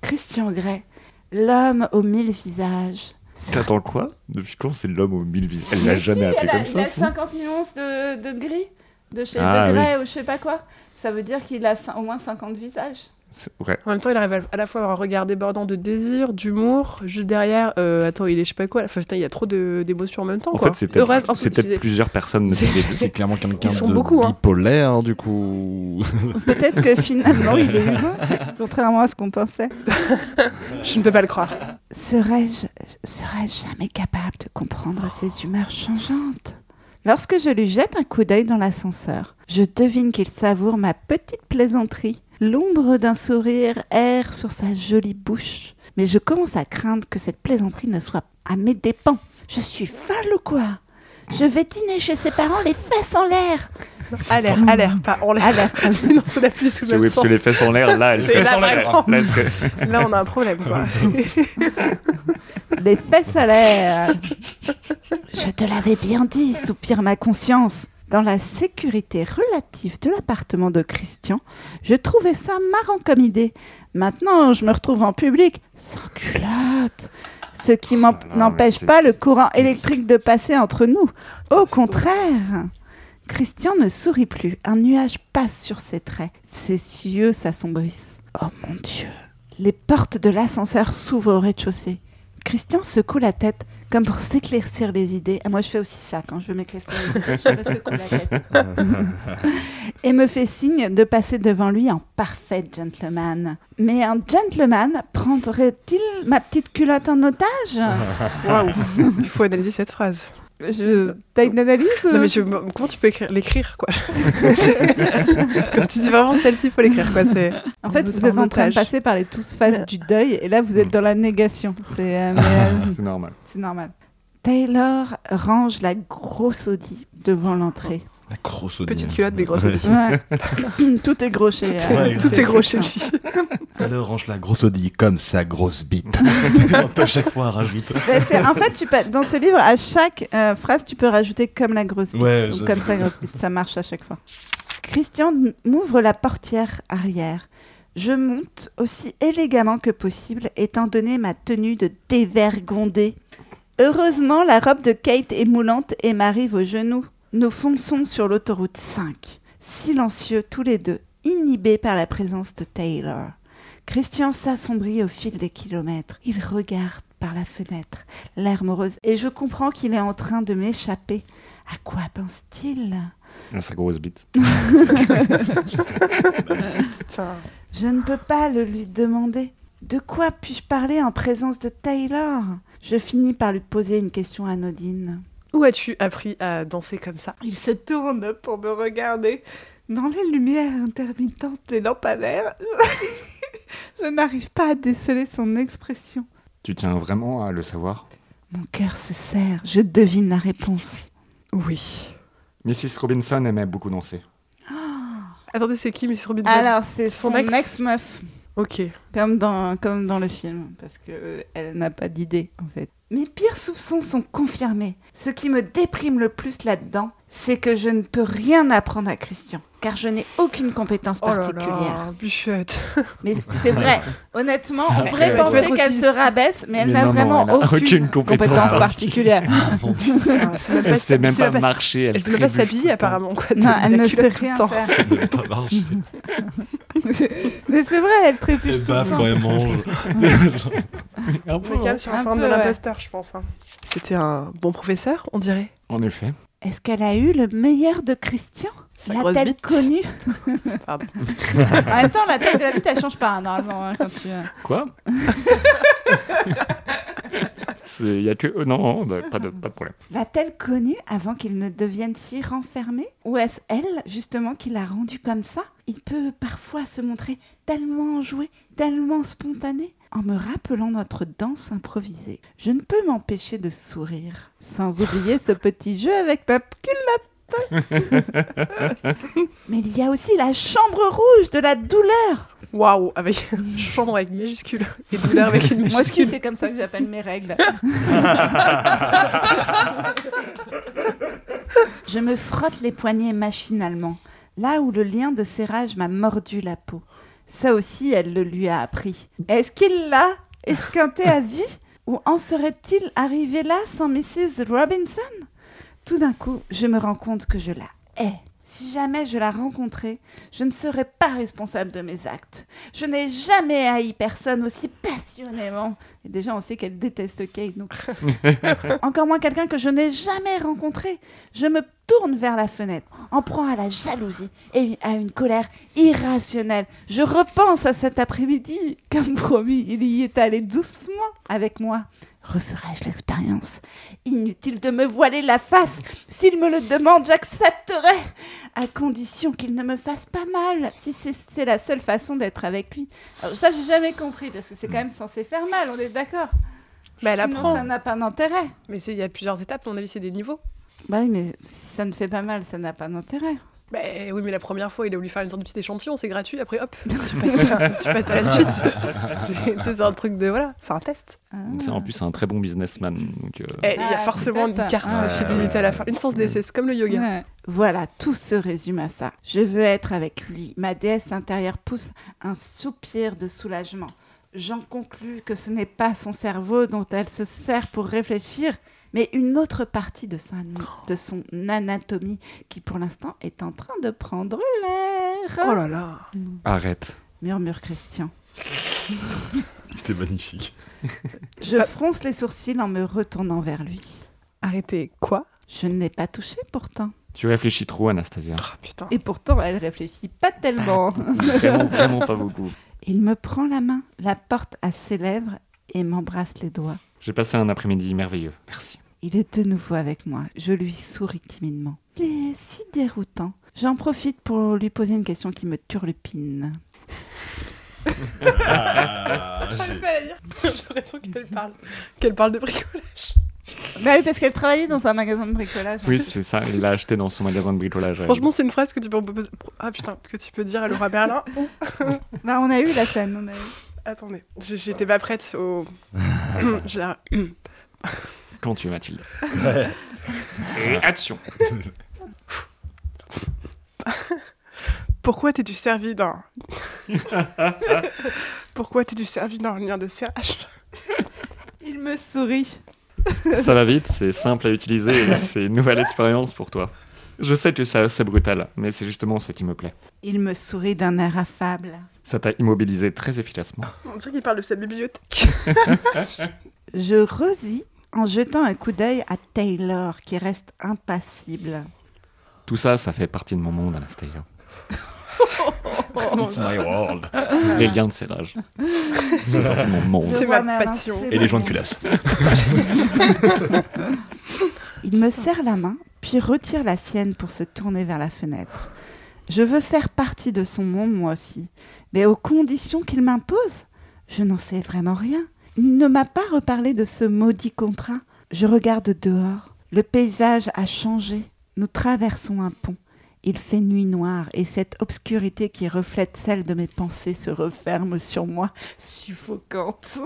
Christian Grey, l'homme aux mille visages. T'attends quoi Depuis quand c'est l'homme aux mille visages Elle l'a jamais appelé comme ça. si 50 nuances de, gris, de chez Ah, de Grey ou je sais pas quoi. Ça veut dire qu'il a au moins 50 visages. C'est- Ouais. En même temps, il arrive à- à la fois à avoir un regard débordant de désir, d'humour, juste derrière, euh, attends, il est je sais pas quoi. Enfin, putain, il y a trop de- d'émotions en même temps, En quoi. fait, c'est peut-être Heureuse, c'est peut-être insoupçonnée. plusieurs personnes depuis *laughs* C'est- le début. C'est clairement quelqu'un Ils sont de beaucoup, hein. bipolaire, du coup. Peut-être que finalement il est humain, contrairement à ce qu'on pensait. Je ne peux pas le croire. Serais-je serais jamais capable de comprendre ses humeurs changeantes Lorsque je lui jette un coup d'œil dans l'ascenseur, je devine qu'il savoure ma petite plaisanterie. L'ombre d'un sourire erre sur sa jolie bouche, mais je commence à craindre que cette plaisanterie ne soit à mes dépens. Je suis folle ou quoi Je vais dîner chez ses parents les fesses en l'air À l'air, à l'air, pas en l'air. Sinon, *laughs* c'est la pluie sous le Oui, même parce sens. que les fesses en l'air, là, elles C'est fesses là, en l'air. vraiment. Là, elles *laughs* se- Là, on a un problème, *laughs* quoi. Les fesses à l'air. Je te l'avais bien dit, soupire ma conscience. Dans la sécurité relative de l'appartement de Christian, je trouvais ça marrant comme idée. Maintenant, je me retrouve en public sans culotte. Ce qui m'en- Oh là là, n'empêche mais pas c'est- le courant électrique de passer entre nous. Au contraire, Christian ne sourit plus. Un nuage passe sur ses traits. Ses yeux s'assombrissent. Oh mon Dieu. Les portes de l'ascenseur s'ouvrent au rez-de-chaussée. Christian secoue la tête comme pour s'éclaircir les idées. Ah, moi, je fais aussi ça quand je veux m'éclaircir les idées. Je me secoue la tête. Et me fait signe de passer devant lui en parfait gentleman. Mais un gentleman prendrait-il ma petite culotte en *laughs* otage Waouh. Il faut analyser cette phrase. je... T'as une analyse Non, mais je- comment tu peux écrire l'écrire, *laughs* quoi Quand tu dis vraiment celle-ci, il faut l'écrire, quoi. C'est... En fait, En vous êtes en train de otage. passer par les tous faces du deuil, et là, vous êtes dans la négation. C'est euh, mais, *laughs* euh, C'est normal. c'est normal. Taylor range la grosse Audi devant l'entrée. La grosse odeur. Petite culotte, mais grosse odeur. *laughs* Ouais. *coughs* Tout est gros chez. euh, Ouais, Tout chez est gros chez Christian. lui. Alors range la grosse odie comme sa grosse bite. *laughs* à chaque fois, rajoute. Ben, c'est- en fait, tu peux- dans ce livre, à chaque euh, phrase, tu peux rajouter comme la grosse bite. Ouais, ou je- comme ça, la grosse bite. Ça marche à chaque fois. Christian m- m'ouvre la portière arrière. Je monte aussi élégamment que possible, étant donné ma tenue de dévergondée. Heureusement, la robe de Kate est moulante et m'arrive aux genoux. Nous fonçons sur l'autoroute 5, silencieux tous les deux, inhibés par la présence de Taylor. Christian s'assombrit au fil des kilomètres. Il regarde par la fenêtre, l'air morose, et je comprends qu'il est en train de m'échapper. À quoi pense-t-il Ah, Sa grosse bite. Putain. Je ne peux pas le lui demander. De quoi puis-je parler en présence de Taylor Je finis par lui poser une question anodine. Où as-tu appris à danser comme ça Il se tourne pour me regarder. Dans les lumières intermittentes des lampadaires, je *laughs* n'arrive pas à déceler son expression. Tu tiens vraiment à le savoir Mon cœur se serre, je devine la réponse. Oui. Mrs. Robinson aimait beaucoup danser. Attendez, c'est qui, Miss Robinson Alors, c'est Son son, ex ex-meuf, Ok. comme dans, comme dans le film, parce qu'elle n'a pas d'idée, en fait. Mes pires soupçons sont confirmés. Ce qui me déprime le plus là-dedans, c'est que je ne peux rien apprendre à Christian, car je n'ai aucune compétence Oh là particulière. là, Bichette. *laughs* Mais c'est vrai, honnêtement, on tu pourrait peux penser être qu'elle aussi- se rabaisse, mais elle Mais n'a non, non, vraiment elle a aucune, aucune compétence compétence, particulière. Ah, c'est même Elle sait sa- même c'est pas même pas- marcher. Elle sait même trébuche pas tout s'habiller, le temps. apparemment, quoi. Non, *laughs* C'est elle la ne culotte sait tout le rien temps. faire. *laughs* pas marcher. Mais c'est vrai, elle Eh trébuche bah, tout le temps. elle *laughs* mange. euh, Un On est peu, hein. quand même sur un Un syndrome de peu, ouais. l'imposteur, je pense. hein. C'était un bon professeur, on dirait. En effet. Est-ce qu'elle a eu le meilleur de Christian Sa grosse L'a-t-elle bite. connu *laughs* Pardon. En même temps, la taille de la bite, elle change pas hein, normalement. hein, quand tu, euh, *laughs* Quoi C'est- Y a que eux Non, non, bah, pas, de, pas de problème. L'a-t-elle connu avant qu'il ne devienne si renfermé Ou est-ce elle, justement, qui l'a rendu comme ça Il peut parfois se montrer tellement enjoué, tellement spontané. En me rappelant notre danse improvisée, je ne peux m'empêcher de sourire. Sans oublier ce petit jeu avec ma culotte Mais il y a aussi la chambre rouge de la douleur Waouh, avec chambre avec majuscule et douleur avec une Moi aussi, majuscule. c'est comme ça que j'appelle mes règles. *laughs* Je me frotte les poignets machinalement, là où le lien de serrage m'a mordu la peau. Ça aussi, elle le lui a appris. Est-ce qu'il l'a esquinté à vie Ou en serait-il arrivé là sans Mrs. Robinson Tout d'un coup, je me rends compte que je la hais. Si jamais je la rencontrais, je ne serais pas responsable de mes actes. Je n'ai jamais haï personne aussi passionnément. Et déjà, on sait qu'elle déteste Kate, donc encore moins quelqu'un que je n'ai jamais rencontré. Je me tourne vers la fenêtre, en proie à la jalousie et à une colère irrationnelle. Je repense à cet après-midi. Comme promis, il y est allé doucement avec moi. Referai-je l'expérience Inutile de me voiler la face. S'il me le demande, j'accepterai. À condition qu'il ne me fasse pas mal, si c'est c'est la seule façon d'être avec lui. Alors ça, j'ai jamais compris, parce que c'est quand même censé faire mal, on est d'accord. Mais Bah, elle Sinon, apprend. ça n'a pas d'intérêt. Mais c'est- il y a plusieurs étapes, à mon avis, c'est des niveaux. *laughs* Bah oui, mais si ça ne fait pas mal, ça n'a pas d'intérêt. Bah, oui, mais la première fois, il a voulu faire une sorte de petit échantillon, c'est gratuit. Après, hop, *laughs* tu *laughs* passes, à- tu passes à la suite. Ah. C'est- c'est un truc de. Voilà, c'est un test. Ça, en plus, c'est un très bon businessman. Donc, euh, Et Il y a Ah, forcément peut-être. une carte Ah, de fidélité à la fin, une sens d'essai, comme le yoga. Ouais. Voilà, tout se résume à ça. Je veux être avec lui. Ma déesse intérieure pousse un soupir de soulagement. J'en conclus que ce n'est pas son cerveau dont elle se sert pour réfléchir, mais une autre partie de son, de son anatomie qui pour l'instant est en train de prendre l'air. Oh là là Arrête. Murmure Christian. T'es magnifique. Je fronce les sourcils en me retournant vers lui. Arrêtez quoi Je ne l'ai pas touché pourtant. Tu réfléchis trop, Anastasia. Ah, Putain. Et pourtant, elle réfléchit pas tellement. Vraiment, vraiment pas beaucoup. Bah, Il me prend la main, la porte à ses lèvres et m'embrasse les doigts. J'ai passé un après-midi merveilleux. Merci. Il est de nouveau avec moi. Je lui souris timidement. Il est si déroutant. J'en profite pour lui poser une question qui me turlupine. *laughs* J'ai l'impression *laughs* qu'elle parle. Qu'elle parle de bricolage. Bah oui, parce qu'elle travaillait dans un magasin de bricolage. Oui, c'est ça. Il l'a acheté dans son magasin de bricolage. euh, à elle. Franchement, c'est une phrase que tu peux, ah, putain, que tu peux dire à Laura *laughs* Berlin. Oh, Bah, on a eu la scène. On a eu. attendez, j'ai- j'étais pas prête *laughs* au. Je la- Quand tu es Mathilde. Et action. Pourquoi t'es-tu servi d'un. *laughs* Pourquoi t'es-tu servi d'un lien de CH Il me sourit. Ça va vite, c'est simple à utiliser et c'est une nouvelle expérience pour toi. Je sais que c'est assez brutal, mais c'est justement ce qui me plaît. Il me sourit d'un air affable. Ça t'a immobilisé très efficacement. On dirait qu'il parle de sa bibliothèque. Je resis en jetant un coup d'œil à Taylor qui reste impassible. Tout ça, ça fait partie de mon monde, Anastasia. Vraiment, Oh, It's my world. Les liens de serrage. C'est partie de mon monde. C'est Je vois, ma Merlin, passion. c'est Et les ma gens de passion. culasse. Il me serre la main, puis retire la sienne pour se tourner vers la fenêtre. Je veux faire partie de son monde, moi aussi, mais aux conditions qu'il m'impose. Je n'en sais vraiment rien. Il ne m'a pas reparlé de ce maudit contrat. Je regarde dehors. Le paysage a changé. Nous traversons un pont. Il fait nuit noire et cette obscurité qui reflète celle de mes pensées se referme sur moi, suffocante.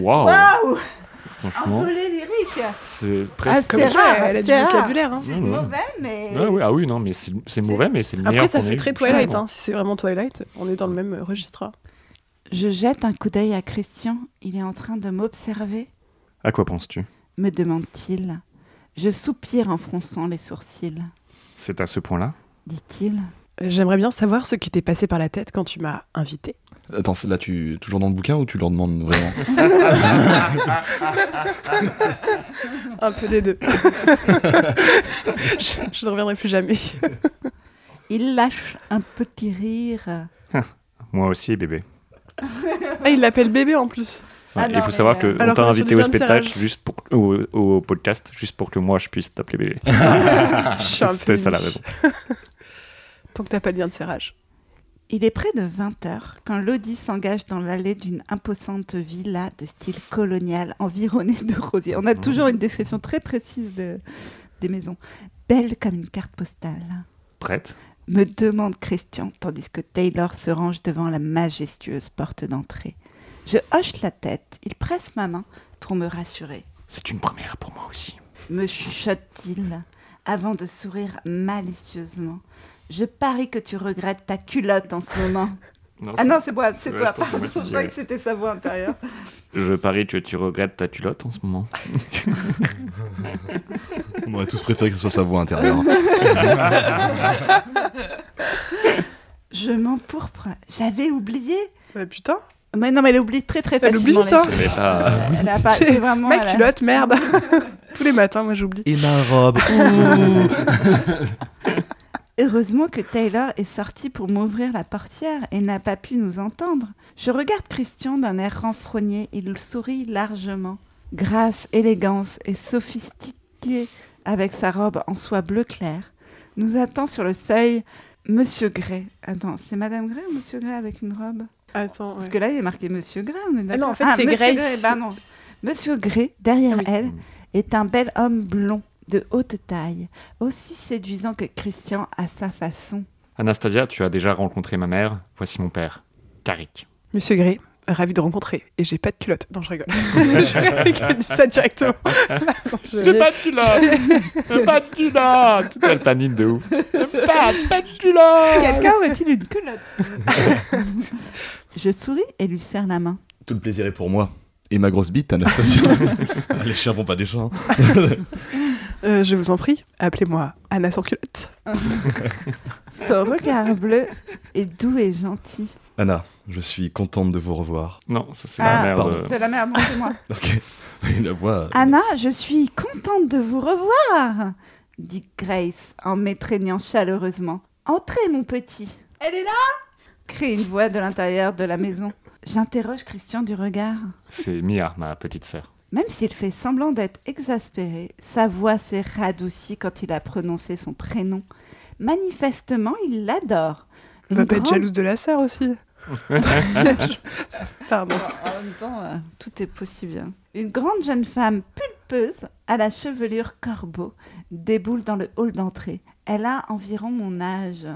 Waouh Waouh Franchement, Ah, Envolée lyrique c'est Ah, presque. c'est Comme rare, elle a du c'est rare. vocabulaire. hein. C'est Mmh. mauvais, mais. Ah, oui, ah oui, non, mais c'est c'est mauvais, mais c'est le meilleur. Après, ça qu'on ait fait eu. très Twilight. Franchement. hein. Si c'est vraiment Twilight, on est dans le même euh, registre. Je jette un coup d'œil à Christian. Il est en train de m'observer, À quoi penses-tu me demande-t-il. Je soupire en fronçant les sourcils. C'est à ce point-là Dit-il, Euh, J'aimerais bien savoir ce qui t'est passé par la tête quand tu m'as invité. Attends, c'est là, tu toujours dans le bouquin ou tu leur demandes vraiment Un peu des *laughs* deux. je, je ne reviendrai plus jamais. il lâche un petit rire. Moi aussi, bébé. Ah, il l'appelle bébé en plus. Ouais, Ah il non, faut mais, savoir euh, que on alors t'a qu'on est sur invité du au lien de spectacle serrage. juste pour au, au podcast juste pour que moi je puisse t'appeler *laughs* bébé. Je suis un peu Ah, C'était ça la une- raison. Tant que t'as pas de lien de serrage. Il est près de 20 heures quand Lodi s'engage dans l'allée d'une imposante villa de style colonial environnée de rosiers. On a toujours une description très précise de- des maisons. Belle comme une carte postale. Prête me demande Christian, tandis que Taylor se range devant la majestueuse porte d'entrée. Je hoche la tête, il presse ma main pour me rassurer. C'est une première pour moi aussi. Me chuchote-t-il, avant de sourire malicieusement. Je parie que tu regrettes ta culotte en ce moment. ah non, c'est moi, c'est Ouais, toi. je pense que moi, Pardon, tu *laughs* je croyais dirais. que c'était sa voix intérieure. Je parie que tu regrettes ta culotte en ce moment. On aurait tous préféré que ce soit sa voix intérieure. Je m'empourpre. J'avais oublié. Bah, putain, Mais non, mais elle oublie très très elle facilement. oublie, toi. Mais pas euh, les- Elle a pas. C'est vraiment. Ma elle a- culotte, merde. *laughs* Tous les matins, moi j'oublie. Et ma robe Heureusement que Taylor est sorti pour m'ouvrir la portière et n'a pas pu nous entendre. Je regarde Christian d'un air renfrogné. Il sourit largement. Grâce, élégance et sophistiquée avec sa robe en soie bleu clair, nous attend sur le seuil Monsieur Gray. Attends, c'est Madame Gray ou Monsieur Gray avec une robe Attends, Parce que là, il est marqué Monsieur Gray, on est d'accord Ah Ah, non, en fait, c'est Monsieur Grace. Bah non. Monsieur Gray, derrière Ah oui. elle, est un bel homme blond, de haute taille, aussi séduisant que Christian à sa façon. Anastasia, tu as déjà rencontré ma mère, voici mon père, Tariq. Monsieur Gray, ravi de rencontrer. Et j'ai pas de culotte. Non, je *laughs* rigole. je rigole, dis ça directement. Non, *laughs* je- J'ai pas de culotte J'ai pas de culotte *laughs* Toute elle panique de ouf. J'ai pas, pas de Ah, culotte Quelqu'un aurait-il une culotte Je souris et lui serre la main. Tout le plaisir est pour moi. Et ma grosse bite, *laughs* Anastasia. Les chiens font pas des hein. chiens. Euh, je vous en prie, appelez-moi Anna sans culotte. *laughs* Son regard bleu est doux et gentil. Anna, je suis contente de vous revoir. Non, ça c'est Ah, la merde. Euh. pardon. C'est la merde, non, c'est moi. Ok. Et la voix. euh, Anna, je suis contente de vous revoir, dit Grace en m'étreignant chaleureusement. Entrez, mon petit. Elle est là crie une voix de l'intérieur de la maison. J'interroge Christian du regard. C'est Mia, ma petite sœur. Même s'il fait semblant d'être exaspéré, sa voix s'est radoucie quand il a prononcé son prénom. Manifestement, il l'adore. Une Va pas être grande- jalouse de la sœur *laughs* aussi. Pardon. En même temps, euh, tout est possible. hein. Une grande jeune femme pulpeuse à la chevelure corbeau déboule dans le hall d'entrée. Elle a environ mon âge,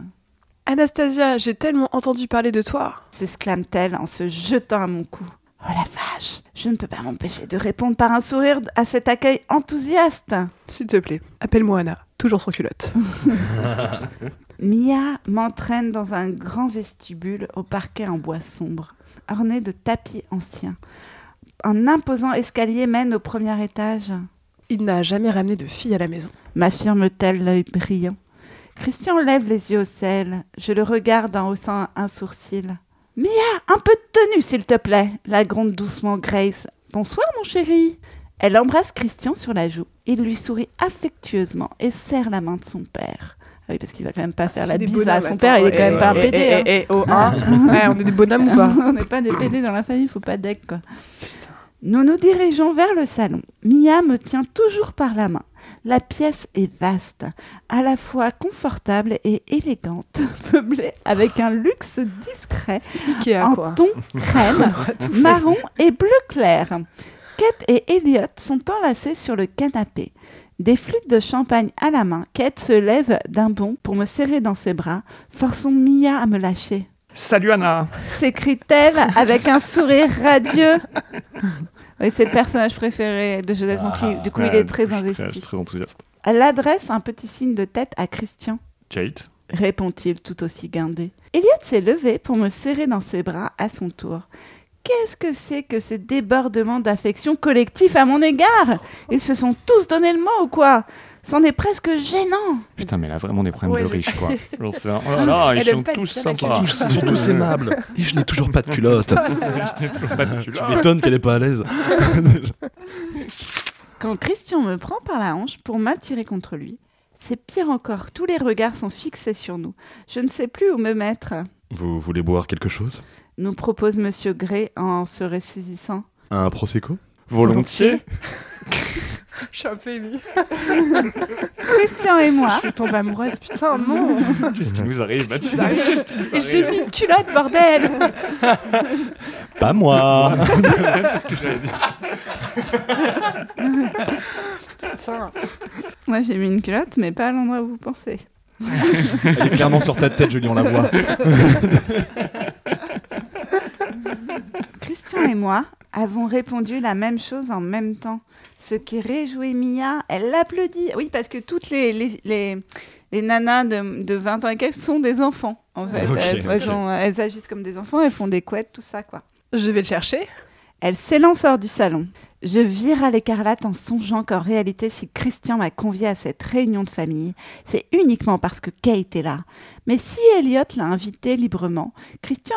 Anastasia, j'ai tellement entendu parler de toi. s'exclame-t-elle en se jetant à mon cou. Oh la vache, je ne peux pas m'empêcher de répondre par un sourire à cet accueil enthousiaste. S'il te plaît, appelle-moi Anna, toujours sans culotte. Mia m'entraîne dans un grand vestibule au parquet en bois sombre, orné de tapis anciens. Un imposant escalier mène au premier étage. *laughs* Il n'a jamais ramené de fille à la maison. m'affirme-t-elle l'œil brillant. Christian lève les yeux au ciel. Je le regarde en haussant un sourcil. Mia, un peu de tenue, s'il te plaît, la gronde doucement Grace. Bonsoir, mon chéri. Elle embrasse Christian sur la joue. Il lui sourit affectueusement et serre la main de son père. Ah Oui, parce qu'il va quand même pas faire C'est la des bise bonhommes, à son attends, père, il est ouais. quand même pas un Eh, PD. eh, hein. eh, oh, hein. Ouais, on est des bonhommes ou pas *laughs* On n'est pas des PD dans la famille, faut pas deck, quoi. *laughs* Putain. Nous nous dirigeons vers le salon. Mia me tient toujours par la main. La pièce est vaste, à la fois confortable et élégante, *laughs* meublée avec un luxe discret Ikea, en quoi. ton crème, marron et bleu clair. Kate et Elliot sont enlacés sur le canapé. Des flûtes de champagne à la main, Kate se lève d'un bond pour me serrer dans ses bras, forçant Mia à me lâcher Salut Anna s'écrie-t-elle avec un sourire radieux. Oui, c'est le personnage préféré de Joseph Mankiw. Du coup, il est très Ah, Je suis investi. très enthousiaste. Elle adresse un petit signe de tête à Christian, Jade répond-il tout aussi guindé. Elliot s'est levé pour me serrer dans ses bras à son tour. Qu'est-ce que c'est que ces débordements d'affection collectif à mon égard Ils se sont tous donné le mot ou quoi C'en est presque gênant. Putain, mais elle a vraiment des problèmes Ouais, de je- riches, quoi. J'en sais rien. Oh là là, ils Elle aime sont pas être tous seule avec sympas. Ah, Ils sont tous aimables. Et je n'ai toujours pas de culotte. Pas de culotte. Je m'étonne qu'elle est pas à l'aise. Quand Christian me prend par la hanche pour m'attirer contre lui, c'est pire encore, tous les regards sont fixés sur nous. Je ne sais plus où me mettre, Vous voulez boire quelque chose nous propose Monsieur Gray en se ressaisissant. Un prosecco Volontiers Je suis un peu *laughs* émue. Christian et moi, Je tombe amoureuse, putain, *laughs* non. Qu'est-ce qui nous arrive, Mathilde Et j'ai mis une culotte, bordel. Pas moi *laughs* *laughs* Putain. moi j'ai mis une culotte, mais pas à l'endroit où vous pensez. Elle est clairement sur ta tête, Julien, on la voit. Christian et moi avons répondu la même chose en même temps, ce qui réjouit Mia. Elle l'applaudit. Oui, parce que toutes les, les, les- les nanas de, de 20 ans et quelques sont des enfants, en fait. Ok, elles, elles ok. ont- elles agissent comme des enfants, elles font des couettes, tout ça, quoi. Je vais le chercher. Elle s'élance hors du salon. Je vire à l'écarlate en songeant qu'en réalité, si Christian m'a convié à cette réunion de famille, c'est uniquement parce que Kate est là. Mais si Elliot l'a invité librement, Christian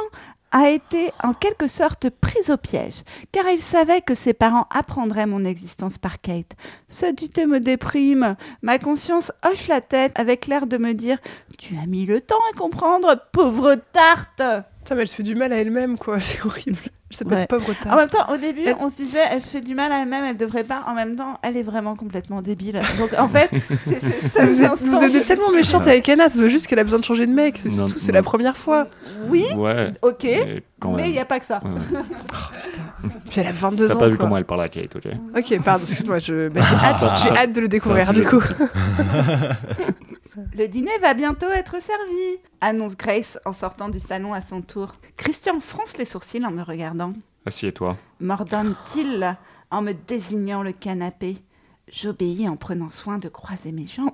a été en quelque sorte pris au piège, car il savait que ses parents apprendraient mon existence par Kate. Ce duté me déprime. Ma conscience hoche la tête avec l'air de me dire Tu as mis le temps à comprendre, pauvre tarte Putain, mais elle se fait du mal à elle-même, quoi. *laughs* C'est horrible. Elle s'appelle Ouais. pauvre En tard. même temps, au début, on se disait, elle se fait du mal à elle-même, elle devrait pas. En même temps, elle est vraiment complètement débile. Donc, en *laughs* fait, c'est c'est ça. vous, êtes, vous devenez tellement méchante avec Anna, c'est juste qu'elle a besoin de changer de mec, c'est Non, tout, c'est non. la première fois. Oui, Ouais. ok, mais quand mais il même. n'y a pas que ça. Ouais, ouais. Puis elle a 22 ans. T'as pas vu quoi. comment elle parle à Kate, ok Ok, pardon, excuse-moi, je- bah, j'ai hâte, *laughs* j'ai hâte de le découvrir ça, du c'est coup. Le dîner va bientôt être servi, annonce Grace en sortant du salon à son tour. Christian fronce les sourcils en me regardant. Assieds-toi. M'ordonne-t-il en me désignant le canapé J'obéis en prenant soin de croiser mes jambes.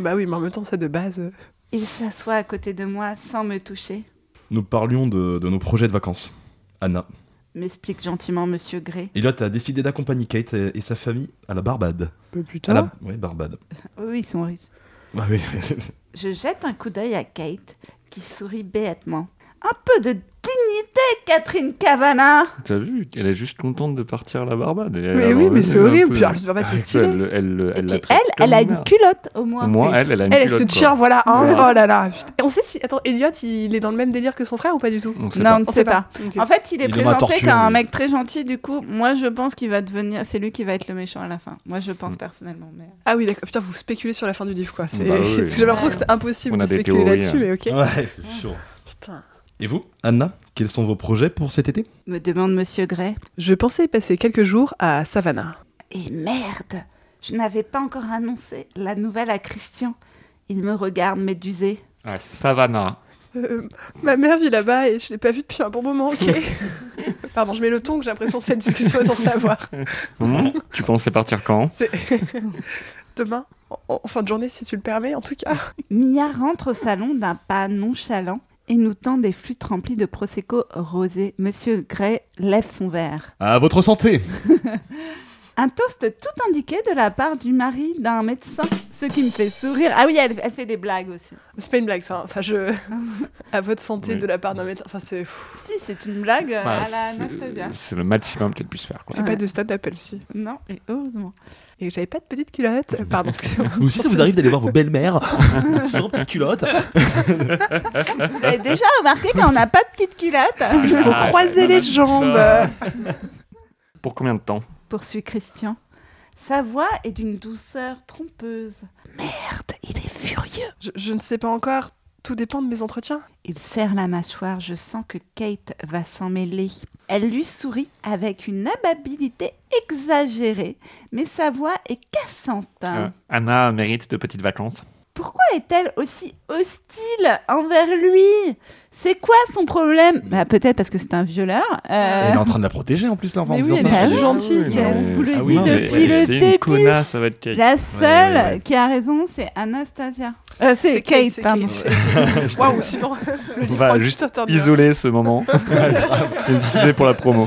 Bah oui, mais en même temps, c'est de base. euh, Il s'assoit à côté de moi sans me toucher. Nous parlions de, de nos projets de vacances. Anna. M'explique gentiment Monsieur Gray. Et là, t'as décidé d'accompagner Kate et, et sa famille à la Barbade. Peu plus à tard. Ah, la... Ah Oui, Barbade. Oui, ils sont riches. *laughs* Ah oui. Je jette un coup d'œil à Kate, qui sourit bêtement. Un peu de dignité, Catherine Cavana T'as vu Elle est juste contente de partir à la Barbade. et Mais elle a oui, envie mais c'est de- horrible. un peu- Ah, Puis alors, je sais pas, c'est stylé. Elle, elle, elle, Et la puis traite elle, elle comme a une une merde. culotte au moins. Au moins, Oui. elle, elle a une Elle, elle culotte. se quoi. tire, voilà. hein. Ouais. Oh là là. putain. Et on sait si. Attends, Elliot, il est dans le même délire que son frère ou pas du tout On sait Non, on ne pas. sait pas. Ah. Ok. En fait, il est Il est dans la présenté torture, comme un lui. mec très gentil. Du coup, moi, je pense qu'il va devenir. C'est lui qui va être le méchant à la fin. Moi, je Mm. pense personnellement. Mais... euh. Ah oui, d'accord. Putain, vous spéculez sur la fin du livre, quoi. C'est- Bah oui. *laughs* Parce que J'ai l'impression que c'était impossible On de a des spéculer théories, là-dessus, hein. mais ok. Ouais, c'est sûr. Putain. Et vous, Anna, quels sont vos projets pour cet été Me demande Monsieur Gray. Je pensais passer quelques jours à Savannah. Et Eh, merde, je n'avais pas encore annoncé la nouvelle à Christian. Il me regarde médusé. À Savannah. Euh, ma mère vit là-bas et je l'ai pas vue depuis un bon moment, *laughs* ok Pardon, je mets le ton que j'ai l'impression que cette discussion est *laughs* censée avoir. Hum, tu pensais partir quand C'est demain, en, en fin de journée, si tu le permets, en tout cas. Mia rentre au salon d'un pas nonchalant et nous tend des flûtes remplies de prosecco rosé. Monsieur Gray lève son verre. À votre santé Un toast tout indiqué de la part du mari d'un médecin, ce qui me fait sourire. Ah oui, elle, elle fait des blagues aussi. C'est pas une blague, ça. hein. Enfin, *laughs* je. À votre santé Oui. de la part d'un médecin. Enfin, c'est. fou. Si, c'est une blague euh, Bah, à la c'est- Anastasia. C'est le maximum qu'elle puisse faire. Quoi. Fais pas de stade d'appel aussi. Non, et *laughs* heureusement. Et j'avais pas de *laughs* petite culotte. Euh, Pardon, excusez-moi. Vous aussi, ça vous arrive d'aller voir vos belles-mères *laughs* sans petite culotte Vous avez déjà remarqué quand on n'a pas de petite culotte Ah, Il *laughs* faut croiser les jambes. Pour combien de temps *laughs* Poursuit Christian. Sa voix est d'une douceur trompeuse. Merde, il est furieux. Je, je ne sais pas encore. Tout dépend de mes entretiens. Il serre la mâchoire, je sens que Kate va s'en mêler. Elle lui sourit avec une amabilité exagérée, mais sa voix est cassante. Ah. Euh, Anna mérite de petites vacances. Pourquoi est-elle aussi hostile envers lui C'est quoi son problème bah, Peut-être parce que c'est un violeur. euh, Elle est en train de la protéger en plus, là, enfin, Mais en oui, disant mais ça. elle est gentille, Ah oui, Kate. non, mais- On vous le Ah dit oui, non, mais depuis le C'est début. une connasse, ça va être Kate. La seule ouais, ouais. qui a raison, c'est Anastasia. Euh, c'est C'est Kate, Kate, c'est pardon. Kate. *laughs* Waouh, *laughs* sinon. Le On va livre juste juste Turner. Isoler ce *laughs* moment. *laughs* Elle me disait pour la promo.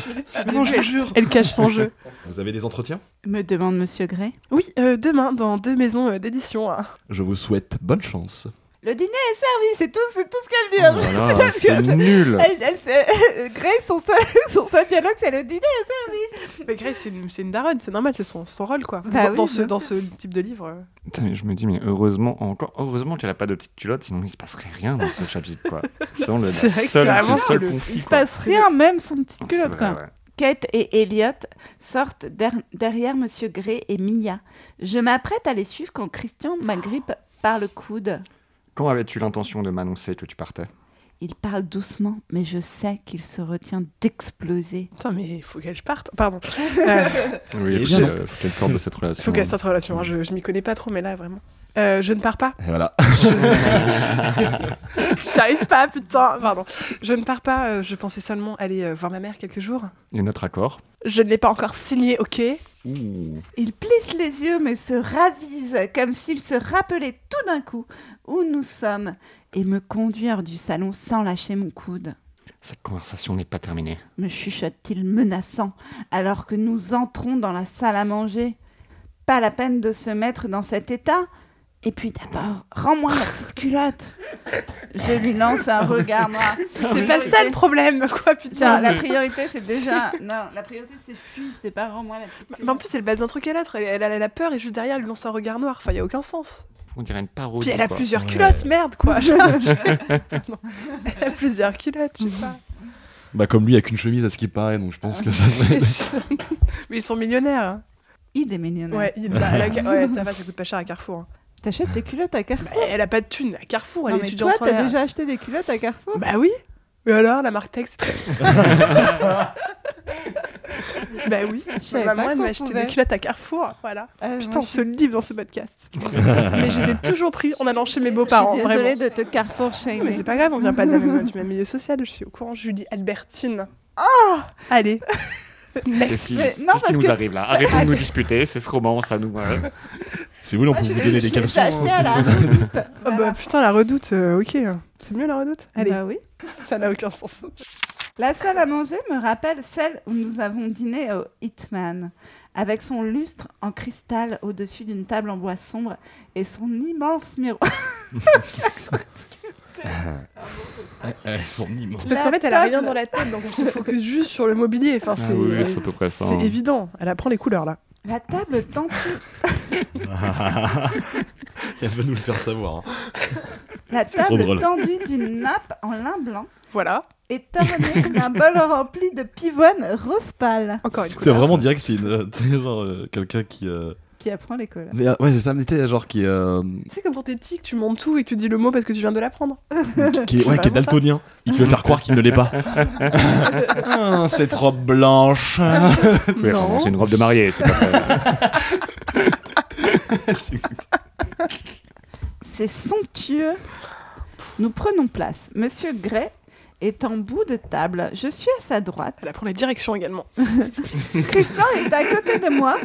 Non, je vous jure. Elle cache son *laughs* jeu. Vous avez des entretiens Me demande Monsieur Gray. Oui, euh, demain, dans deux maisons euh, d'édition. hein. Je vous souhaite bonne chance. Le dîner est servi, c'est tout, *laughs* c'est tout ce qu'elle dit. hein. Oh là là, C'est nul. Elle, elle, c'est- *laughs* Gray, son seul, son seul dialogue, c'est le dîner. Mais Grace, c'est une, c'est une daronne, c'est normal, c'est son, son rôle, quoi. Bah dans, oui, dans ce, bien dans ce type de livre. euh. Putain, mais je me dis, mais heureusement, encore heureusement qu'elle a pas de petite culotte, sinon il se passerait rien dans ce chapitre. *laughs* quoi. C'est vraiment le C'est la vrai seule- que c'est c'est le vraiment seul le- conflit. Il se quoi. passe rien, même son petite C'est culotte, vrai, quoi. ouais. Kate et Elliot sortent der- derrière Monsieur Gray et Mia. Je m'apprête à les suivre quand Christian m'agrippe par le coude. Quand avais-tu l'intention de m'annoncer que tu partais Il parle doucement, mais je sais qu'il se retient d'exploser. Putain, mais il faut qu'elle parte. *laughs* Pardon. Euh, Oui, faut Et bien. qu'elle- faut qu'elle sorte de cette relation. il faut qu'elle sorte de relation. hein, Je, je m'y connais pas trop, mais là, vraiment. Euh, je ne pars pas. *laughs* Et voilà. J'arrive pas, putain. Pardon. Je ne pars pas. euh, je pensais seulement aller euh, voir ma mère quelques jours. Et notre accord Je ne l'ai pas encore signé, ok Ah Il plisse les yeux mais se ravise comme s'il se rappelait tout d'un coup où nous sommes et me conduit hors du salon sans lâcher mon coude. Cette conversation n'est pas terminée. Me chuchote-t-il menaçant alors que nous entrons dans la salle à manger. Pas la peine de se mettre dans cet état. Et puis d'abord, rends-moi ma petite culotte. Je lui lance un regard noir. C'est pas ça le problème, *laughs* quoi, Tiens, putain. la priorité c'est déjà. Non, la priorité c'est fuis, c'est pas rends-moi la petite Mais en culotte. plus, elle base un truc à l'autre. Elle, elle, elle a peur et juste derrière, elle lui lance un regard noir. Enfin, il y a aucun sens. On dirait une parodie. Puis elle a quoi. plusieurs culottes, merde *laughs* quoi. *laughs* Pardon. elle a plusieurs culottes, je sais pas. Bah, comme lui, avec une chemise à ce qui paraît, donc je pense que Ah, ça serait. Mais ils sont millionnaires. hein. Il est millionnaire. Ouais, il- bah, elle a ca- ouais, ça va, ça coûte pas cher à Carrefour. hein. T'achètes tes culottes à Carrefour. Bah, elle a pas de thune à Carrefour, elle Non, est mais étudiante. toi, en E. Bah, t'as l'air. déjà acheté des culottes à Carrefour Bah oui. Et alors, la marque Tex Bah oui, savais ma pas maman elle qu'on m'a acheté pouvait. des culottes à Carrefour. Voilà. Euh, Putain, moi, on je se suis- livre dans ce podcast. *laughs* mais je les ai toujours pris en allant chez mes beaux-parents. Je suis désolée vraiment. de te carrefour Mais shamer. c'est pas grave, on vient pas de la même, du même milieu social. Je suis au courant. Julie Albertine. Allez. Qu'est-ce qui, Mais- qu'est-ce non, qui parce nous que- arrive là Arrêtons de nous disputer, c'est ce roman, ça nous. euh, *laughs* Si vous voulez, on Moi, peut Ah, je vous vais- donner des je vais les caleçons. hein, acheter à la redoute. Oh bah Voilà. putain, la redoute, euh, ok. C'est mieux la redoute Allez, Bah oui. ça n'a aucun sens. La salle à manger me rappelle celle où nous avons dîné au Hitman, avec son lustre en cristal au-dessus d'une table en bois sombre et son immense miroir. Elles sont immenses. Parce qu'en fait, elle La a rien table. dans la tête, donc on se focus juste sur le mobilier. Enfin, Ah c'est oui, oui, c'est à peu près ça. c'est hein. évident. Elle apprend les couleurs là. La table tendue, Elle veut nous le faire savoir. hein. la *laughs* Trop table drôle. tendue d'une nappe en lin blanc Voilà, est ornée d'un bol rempli de pivoine rose pâle encore une T'es couleur. vraiment direct, c'est une, *laughs* euh, t'es genre euh, quelqu'un qui. euh, qui apprend les couleurs. Mais, euh, ouais, c'est ça, mais t'es genre qui, euh, C'est comme quand t'es tic, tu montes tout et que tu dis le mot parce que tu viens *laughs* de l'apprendre. qui, est- C'est ouais, qui est vraiment ça. daltonien et qui veut faire croire qu'il ne l'est pas. *laughs* Ah, cette robe *laughs* blanche. Oui, enfin, bon, non. c'est une robe de mariée, c'est pas vrai. C'est somptueux. Nous prenons place. Monsieur Gray est en bout de table. Je suis à sa droite. Elle apprend les directions également. Christian est à côté de moi.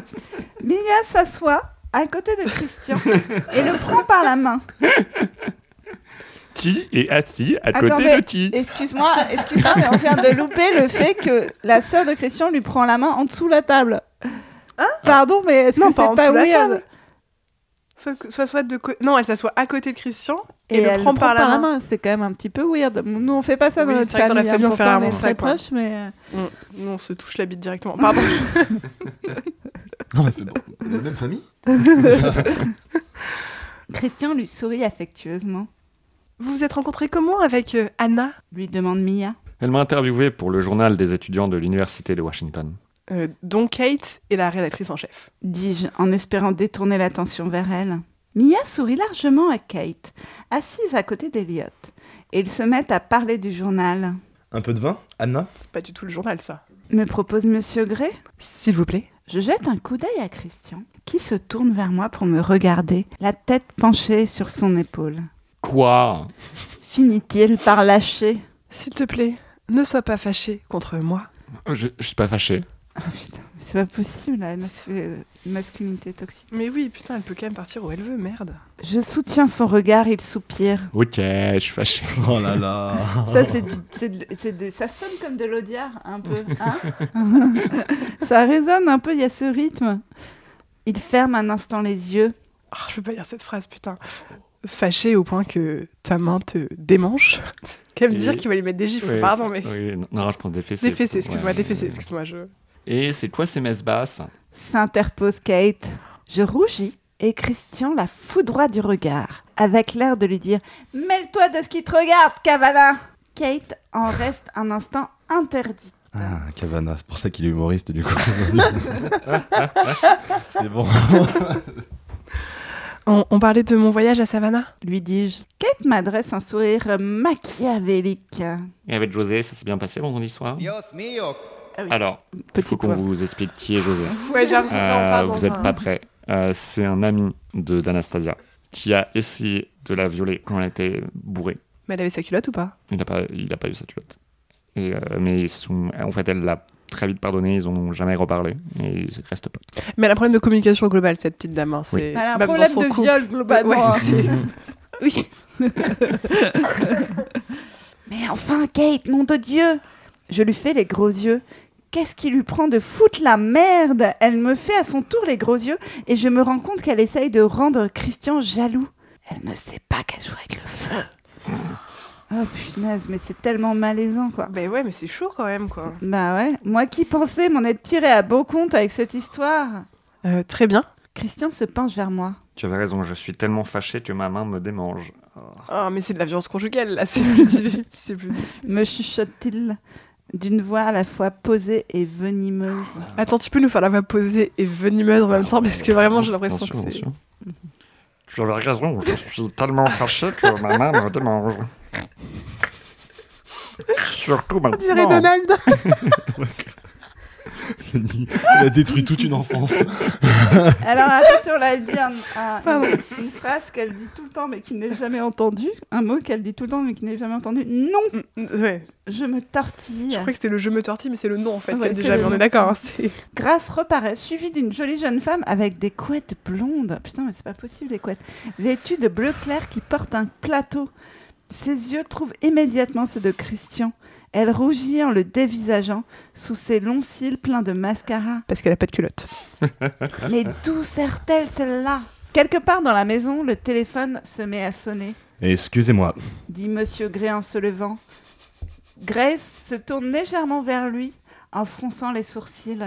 Mia s'assoit à côté de Christian et le prend par la main. Ti est assis à côté Attendez. de Ti. Excuse-moi, excuse-moi, mais on vient de louper le fait que la sœur de Christian lui prend la main en dessous de la table. Ah. Pardon, mais est-ce Non, que pas en c'est Hein pas dessous de la weird table. Soit, que- soit, soit de co- non, elle s'assoit à côté de Christian et, elle le prend par la main. C'est quand même un petit peu weird. Nous, on fait pas ça dans Oui, notre c'est vrai que famille. dans la hein. famille, on Pourtant, fait on est rarement très ça, quoi. proches, mais. euh, Mm. On, on se touche la bite directement. *laughs* Pardon. Non, mais fais- bon, La même famille Christian lui sourit affectueusement. vous vous êtes rencontrés comment avec euh, Anna Lui demande Mia. Elle m'a interviewé pour le journal des étudiants de l'université de Washington. Euh, dont Kate est la rédactrice en chef. dis-je en espérant détourner l'attention vers elle. Mia sourit largement à Kate, assise à côté d'Eliot, et ils se mettent à parler du journal. Un peu de vin Anna C'est pas du tout le journal, ça. Me propose Monsieur Gray S'il vous plaît. Je jette un coup d'œil à Christian, qui se tourne vers moi pour me regarder, la tête penchée sur son épaule. Quoi Finit-il par lâcher S'il te plaît, ne sois pas fâché contre moi. je, je suis pas fâché. Ah putain, mais c'est pas possible, la mas- euh, masculinité toxique. Mais oui, putain, elle peut quand même partir où elle veut, merde. Je soutiens son regard, il soupire. Ok, je suis fâché. Oh là là. Ça, c'est du- c'est de- c'est de- ça sonne comme de l'audiard, un *laughs* peu. hein ça résonne un peu, il y a ce rythme. Il ferme un instant les yeux. Ah, je peux pas lire cette phrase, putain. Fâché au point que ta main te *laughs* démange. Qu'à me Et- dire qu'il va lui mettre des gifles, Ouais, pardon, mais. c'est- oui, non, non, je pense des fessées. Des fessées, excuse-moi, Ouais. des fessées, excuse-moi, je. Et c'est quoi ces messes basses S'interpose Kate. Je rougis et Christian la foudroie du regard, avec l'air de lui dire Mêle-toi de ce qui te regarde, Kavala Kate en reste un instant interdite. Ah, Cavana, c'est pour ça qu'il est humoriste du coup. *laughs* c'est bon. On, parlait de mon voyage à Savannah Lui dis-je. Kate m'adresse un sourire machiavélique. Et avec José, ça s'est bien passé vendredi soir Dios mío. Alors, il faut Petit qu'on point. vous explique qui est José. Ouais, j'ai l'impression qu'on Euh, part dans vous n'êtes un- pas prêts. Euh, c'est un ami de d'Anastasia qui a essayé de la violer quand elle était bourrée. Mais elle avait sa culotte ou pas Il n'a pas, il a pas eu sa culotte. Et, euh, mais son- en fait, elle l'a très vite pardonné, ils n'en ont jamais reparlé. Et ils restent potes. Mais elle a un problème de communication globale, cette petite dame. hein, C'est Elle a un même dans problème son de couple. viol, globalement. hein. Ouais, c'est- *laughs* oui. Mais enfin, Kate, nom de Dieu Je lui fais les gros yeux. Qu'est-ce qui lui prend de foutre la merde Elle me fait à son tour les gros yeux et je me rends compte qu'elle essaye de rendre Christian jaloux. Elle ne sait pas qu'elle joue avec le *gasps* feu. Oh punaise, mais c'est tellement malaisant quoi. Mais Ben ouais, mais c'est chaud quand même, quoi. Bah ouais, moi qui pensais m'en être tiré à beau compte avec cette histoire. Euh, très bien. Christian se penche vers moi. Tu avais raison, je suis tellement fâché que ma main me démange. Ah, mais c'est de la violence conjugale, là, *laughs* c'est plus difficile. C'est plus... Me chuchote-t-il d'une voix à la fois posée et venimeuse. Attends, tu peux nous faire la voix posée et venimeuse en même temps, parce que vraiment, j'ai l'impression Ah, Bien sûr, que c'est... bien sûr. Tu avais raison, je suis tellement fâché que ma main me *laughs* démange. Surtout maintenant. Donald Elle a détruit toute une enfance. *laughs* Alors attention, là, elle dit un- un- une, une phrase qu'elle dit tout le temps mais qui n'est jamais entendue. Un mot qu'elle dit tout le temps mais qui n'est jamais entendu. Non, *laughs* Ouais. je me tortille. Je croyais que c'était le je me tortille, mais c'est le nom en fait. Ouais, qu'elle dit c'est jamais, le on nom. est d'accord. hein, c'est- Grace reparaît, suivie d'une jolie jeune femme avec des couettes blondes. Putain, mais c'est pas possible, les couettes. Vêtue de bleu clair qui porte un plateau. Ses yeux trouvent immédiatement ceux de Christian. Elle rougit en le dévisageant, sous ses longs cils pleins de mascara. *laughs* Parce qu'elle a pas de culotte. Mais d'où sert-elle celle-là Quelque part dans la maison, le téléphone se met à sonner, Excusez-moi. dit Monsieur Gray en se levant. Grace se tourne légèrement vers lui, en fronçant les sourcils.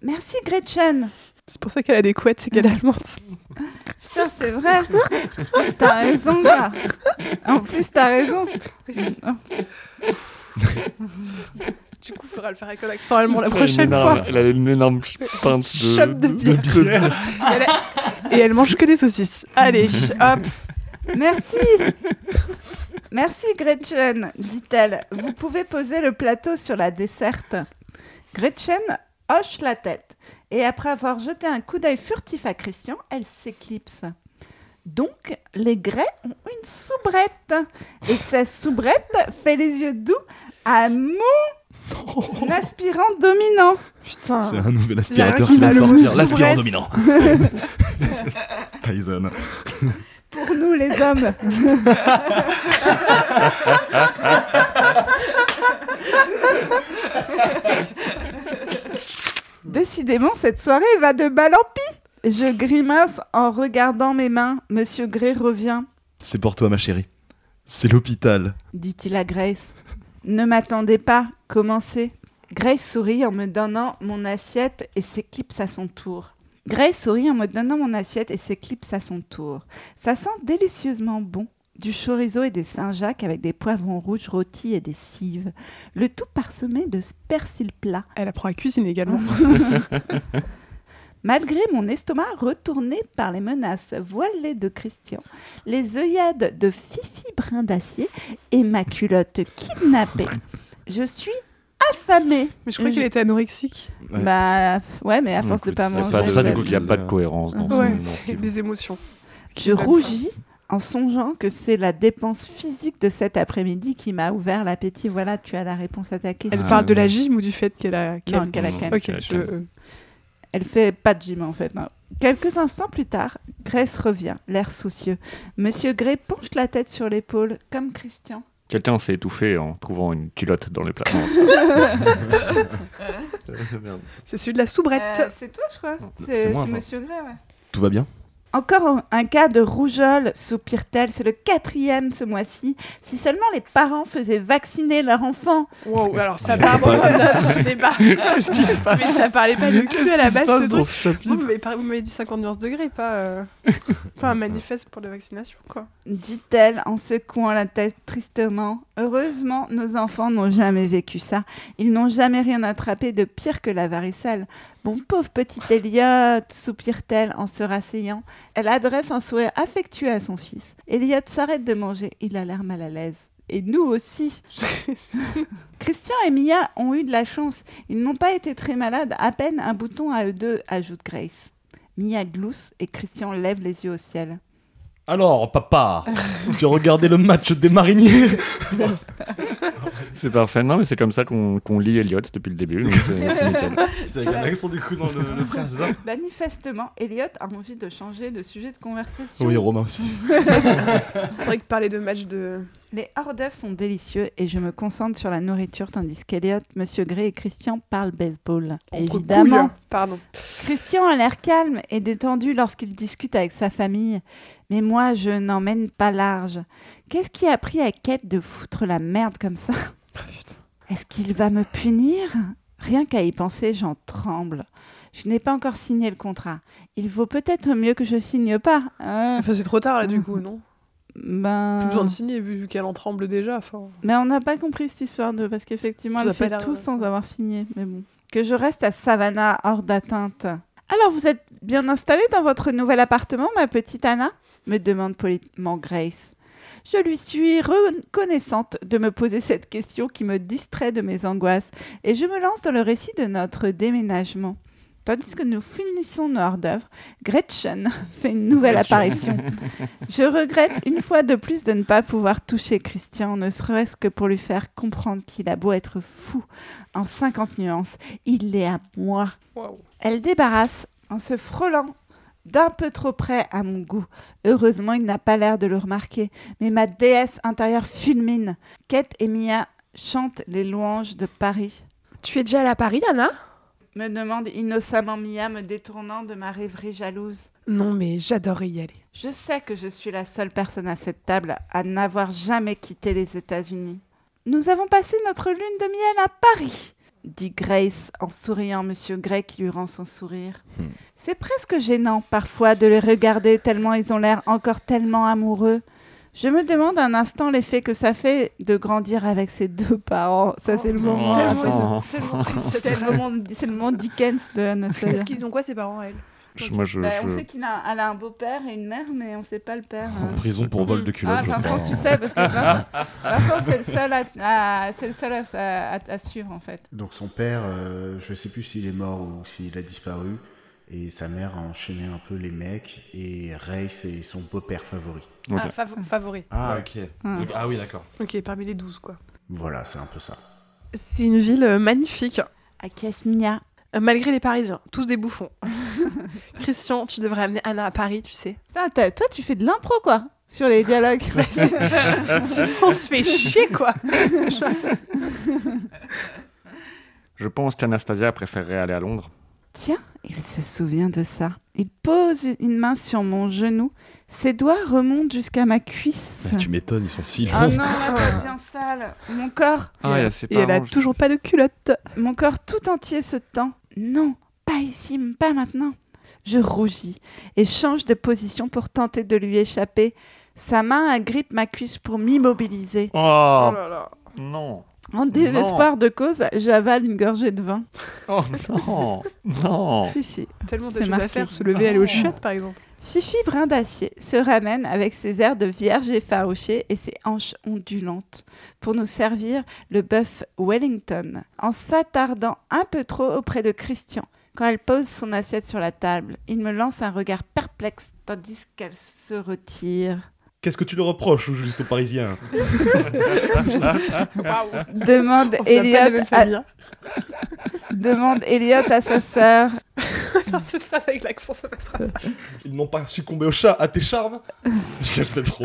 Merci Gretchen C'est pour ça qu'elle a des couettes, c'est qu'elle est *laughs* allemande. Putain, c'est vrai. T'as raison, là. En plus, t'as raison. Du coup, il faudra le faire avec un accent allemand la Elle a prochaine une fois. énorme- Elle a une énorme *laughs* pinte Chope de de, bière. Et elle mange que des saucisses. *laughs* Allez, hop. Merci. Merci, Gretchen, dit-elle. Vous pouvez poser le plateau sur la desserte. Gretchen hoche la tête. Et après avoir jeté un coup d'œil furtif à Christian, elle s'éclipse. Donc, les Grecs ont une soubrette. Et cette soubrette fait les yeux doux à mon aspirant dominant. Putain. C'est un nouvel y a rien aspirateur qui qui va va le sortir. sous-bresse. L'aspirant dominant. *laughs* Tyson. pour nous les hommes. Décidément, cette soirée va de mal en pis. Je grimace en regardant mes mains. Monsieur Gray revient, C'est pour toi, ma chérie. C'est l'hôpital. dit-il à Grace. Ne m'attendez pas, commencez. Grace sourit en me donnant mon assiette et s'éclipse à son tour. Grace sourit en me donnant mon assiette et s'éclipse à son tour. Ça sent délicieusement bon. Du chorizo et des Saint-Jacques avec des poivrons rouges rôtis et des cives. Le tout parsemé de persil plat. Elle apprend à cuisiner également. Malgré mon estomac retourné par les menaces voilées de Christian, les œillades de Fifi Brin d'Acier et ma culotte kidnappée, je suis affamée. Mais je crois qu'elle était anorexique. Ouais. Bah ouais, mais à force de Écoute, pas manger. c'est euh, pas- de- Ça, du elle- coup, qu'il n'y a pas de cohérence dans ce- Ouais. dans ce qu'il- Des émotions. Je rougis en songeant que c'est la dépense physique de cet après-midi qui m'a ouvert l'appétit. Voilà, tu as la réponse à ta Elle question. Ah, parle de la ouais. gym ou du fait qu'elle a. qu'elle- Non, qu'elle a Non, qu'elle- Ok, qu'elle a je- changé. euh, Elle fait pas de gym en fait. non. Quelques instants plus tard, Grace revient, l'air soucieux. Monsieur Gray penche la tête sur l'épaule, comme Christian. Quelqu'un s'est étouffé en trouvant une culotte dans *laughs* les plats. Merde. c'est celui de la soubrette. Euh, c'est toi, je crois. c'est C'est moi, c'est moi. Monsieur Gray, ouais. Tout va bien Encore un- un cas de rougeole, soupire-t-elle. C'est le quatrième ce mois-ci. Si seulement les parents faisaient vacciner leur enfant. Euh, Wow, alors ça part dans un débat. *laughs* Qu'est-ce qui se passe Mais ça parlait pas de cul à la base, ce truc. Vous m'avez par- vous m'avez dit 50 nuances degrés, pas, euh, pas un manifeste pour la vaccination, quoi. dit-elle en secouant la tête tristement. Heureusement, nos enfants n'ont jamais vécu ça. Ils n'ont jamais rien attrapé de pire que la varicelle. Bon pauvre petit Elliot, soupire-t-elle en se rasseyant. Elle adresse un sourire affectueux à son fils. Elliot s'arrête de manger, il a l'air mal à l'aise. Et nous aussi. Christian et Mia ont eu de la chance. Ils n'ont pas été très malades, à peine un bouton à eux deux, ajoute Grace. Mia glousse et Christian lève les yeux au ciel. Alors, *laughs* papa, tu regardais le match des mariniers C'est parfait. Non, mais c'est comme ça qu'on qu'on lit Elliot depuis le début. donc *laughs* c'est- c'est nickel. C'est avec un accent du coup dans le, le frère, c'est ça *laughs* Manifestement, Elliot a envie de changer de sujet de conversation. Oui, Romain aussi. C'est vrai que parler de match de. Les hors-d'œuvre sont délicieux et je me concentre sur la nourriture tandis qu'Elliot, Monsieur Gray et Christian parlent baseball. entre Évidemment. couilles, hein. Pardon. Christian a l'air calme et détendu lorsqu'il discute avec sa famille. Mais moi, je n'emmène pas large. Qu'est-ce qui a pris à Kate de foutre la merde comme ça Est-ce qu'il va me punir Rien qu'à y penser, j'en tremble. Je n'ai pas encore signé le contrat. Il vaut peut-être mieux que je signe pas. hein. Enfin, c'est trop tard, là, du coup, non Ben... Plus besoin de signer, vu, vu qu'elle en tremble déjà. Enfin, Mais on n'a pas compris cette histoire de parce qu'effectivement Ça elle a pas fait l'air, tout euh, sans avoir signé. Mais bon, que je reste à Savannah hors d'atteinte. Alors vous êtes bien installée dans votre nouvel appartement, ma petite Anna me demande poliment Grace. Je lui suis reconnaissante de me poser cette question qui me distrait de mes angoisses et je me lance dans le récit de notre déménagement. Tandis que nous finissons nos hors-d'œuvre, Gretchen *laughs* fait une nouvelle apparition. Je regrette une fois de plus de ne pas pouvoir toucher Christian, ne serait-ce que pour lui faire comprendre qu'il a beau être fou en 50 nuances, il est à moi. Waouh. Elle débarrasse en se frôlant d'un peu trop près à mon goût. Heureusement, il n'a pas l'air de le remarquer, mais ma déesse intérieure fulmine. Kate et Mia chantent les louanges de Paris. Tu es déjà allée à Paris, Anna Me demande innocemment Mia, me détournant de ma rêverie jalouse. Non, mais j'adorerais y aller. Je sais que je suis la seule personne à cette table à n'avoir jamais quitté les États-Unis. Nous avons passé notre lune de miel à Paris, dit Grace en souriant à Monsieur Gray qui lui rend son sourire. Hmm. C'est presque gênant parfois de les regarder tellement ils ont l'air encore tellement amoureux. Je me demande un instant l'effet que ça fait de grandir avec ses deux parents. Ça, c'est le Oh, moment. attends. *laughs* Tellement triste, cette C'est le phrase. moment, c'est le moment Dickens de notre. Est-ce qu'ils ont quoi, ses parents, à elle Je- moi, je, Bah, on je- sait qu'il a, elle a un beau-père et une mère, mais on sait pas le père. hein. En prison pour vol de culotte. Ah, je Vincent, crois. tu sais, parce que *laughs* Vincent, Vincent, c'est le seul, à, à- c'est le seul à, à- à- à suivre, en fait. Donc son père, euh, je sais plus s'il est mort ou s'il a disparu, et sa mère a enchaîné un peu les mecs, et Ray, c'est son beau-père favori. Ok. Ah, favo- favori. Ah, ok. Ah. Ah oui, d'accord. Ok, parmi les 12, quoi. Voilà, c'est un peu ça. C'est une ville euh, magnifique, À Casmia. euh, malgré les Parisiens, tous des *laughs* bouffons. Christian, tu devrais amener Anna à Paris, tu sais. toi, tu fais de l'impro, quoi, sur les *laughs* dialogues. On se fait chier, quoi. je pense qu'Anastasia préférerait aller à Londres. Tiens, il se souvient de ça. Il pose une main sur mon genou. Ses doigts remontent jusqu'à ma cuisse. Ah, tu m'étonnes, ils sont si Oh longs. non, là, ça devient sale. Mon corps Ah, il y a ses Et elle a parents. toujours pas de culotte. Mon corps tout entier se tend. Non, pas ici, m- pas maintenant. Je rougis et change de position pour tenter de lui échapper. Sa main agrippe ma cuisse pour m'immobiliser. Oh, là là. non En désespoir de cause, j'avale une gorgée de vin. Oh non Non Si, si. Tellement de C'est choses marqué. à faire, se lever, aller au chiottes, par exemple. Fifi Brin d'Acier se ramène avec ses airs de vierge effarouchée et ses hanches ondulantes pour nous servir le bœuf Wellington en s'attardant un peu trop auprès de Christian. Quand elle pose son assiette sur la table, il me lance un regard perplexe tandis qu'elle se *laughs* retire. Qu'est-ce que tu le reproches juste aux Parisiens Demande On fait pas de la Elliot même à, famille. hein. *laughs* demande Elliot à sa sœur. Non, cette phrase avec l'accent, ça passera. Ils n'ont pas succombé au chat, à tes *laughs* charmes Je le fais trop.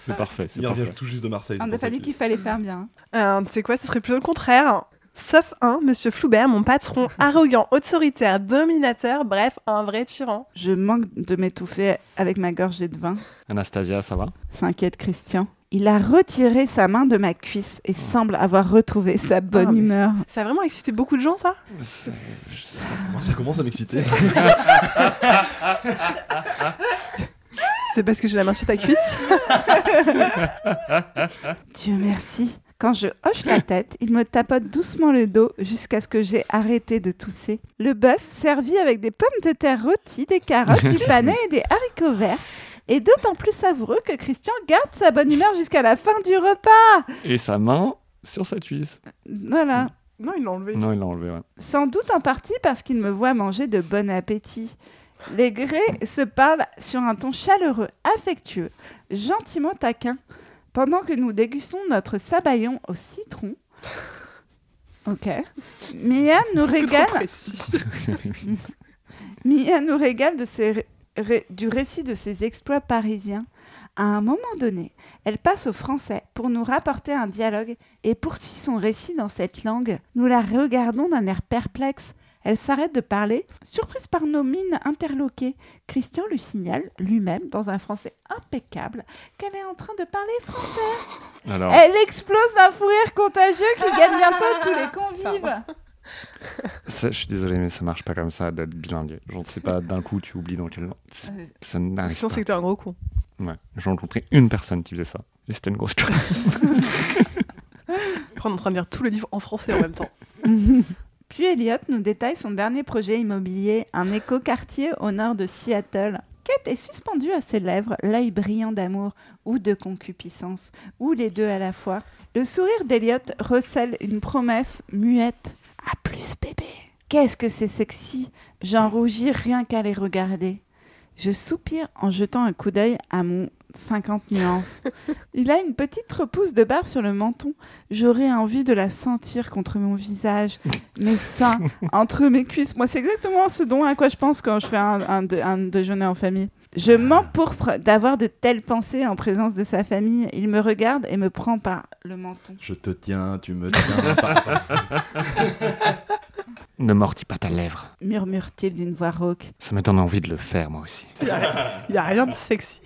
C'est parfait, c'est Il revient parfait. tout juste de Marseille. Ah, On n'a pas dit qu'il fallait faire bien. Euh, tu sais quoi, ce serait plutôt le contraire. Sauf un, monsieur Floubert, mon *laughs* patron, arrogant, autoritaire, dominateur, bref, un vrai tyran. Je manque de m'étouffer avec ma gorgée de vin. Anastasia, ça va s'inquiète Christian. Il a retiré sa main de ma cuisse et semble avoir retrouvé sa bonne Oh. Ah, mais- humeur. Ça a vraiment excité beaucoup de gens, ça Ça commence *laughs* à m'exciter. C'est parce que j'ai la main sur ta cuisse. Dieu merci. Quand je hoche la tête, il me tapote doucement le dos jusqu'à ce que j'ai arrêté de tousser. Le bœuf servi avec des pommes de terre rôties, des carottes, du panais et des haricots verts est d'autant plus savoureux que Christian garde sa bonne humeur jusqu'à la fin du repas. Et sa main sur sa cuisse. Voilà. Non, il l'a enlevé. Non, il l'a enlevé, ouais. Sans doute en partie parce qu'il me voit manger de bon appétit. Les grès se parlent sur un ton chaleureux, affectueux, gentiment taquin, pendant que nous dégustons notre sabayon au citron. Ok. Mia nous régale, *laughs* Mia nous régale de ses ré- ré- du récit de ses exploits parisiens. À un moment donné, elle passe au français pour nous rapporter un dialogue et poursuit son récit dans cette langue. Nous la regardons d'un air perplexe. Elle s'arrête de parler, surprise par nos mines interloquées. Christian lui signale lui-même, dans un français impeccable, qu'elle est en train de parler français. Eh, Alors, Elle explose d'un fou rire contagieux qui gagne bientôt tous les convives. ça, je suis désolé, mais ça marche pas comme ça d'être bilingue. J'en sais pas, d'un coup, tu oublies dans quel... c'est- Euh, Ça n'arrive Sinon, pas. c'est que t'es un gros con. Ouais. J'ai rencontré une personne qui faisait ça. Et c'était une grosse conne. Après, on est en train de lire tout le livre en français en même temps. Puis Elliot nous détaille son dernier projet immobilier, un éco-quartier au nord de Seattle. Quel baguette est suspendue à ses lèvres, l'œil brillant d'amour ou de concupiscence, ou les deux à la fois. Le sourire d'Eliot recèle une promesse muette. À plus, bébé. Qu'est-ce que c'est sexy J'en rougis rien qu'à les regarder. Je soupire en jetant un coup d'œil à mon 50 nuances. Il a une petite repousse de barbe sur le menton. J'aurais envie de la sentir contre mon visage, mes seins, entre mes cuisses. Moi, c'est exactement ce dont à quoi je pense quand je fais un, un dé- un déjeuner en famille. Je m'empourpre d'avoir de telles pensées en présence de sa famille. Il me regarde et me prend par le menton. Je te tiens, tu me tiens pas. Ne mordis pas ta lèvre. Murmure-t-il d'une voix rauque. Ça me donne envie de le faire, moi aussi. *laughs* Il y a rien de sexy.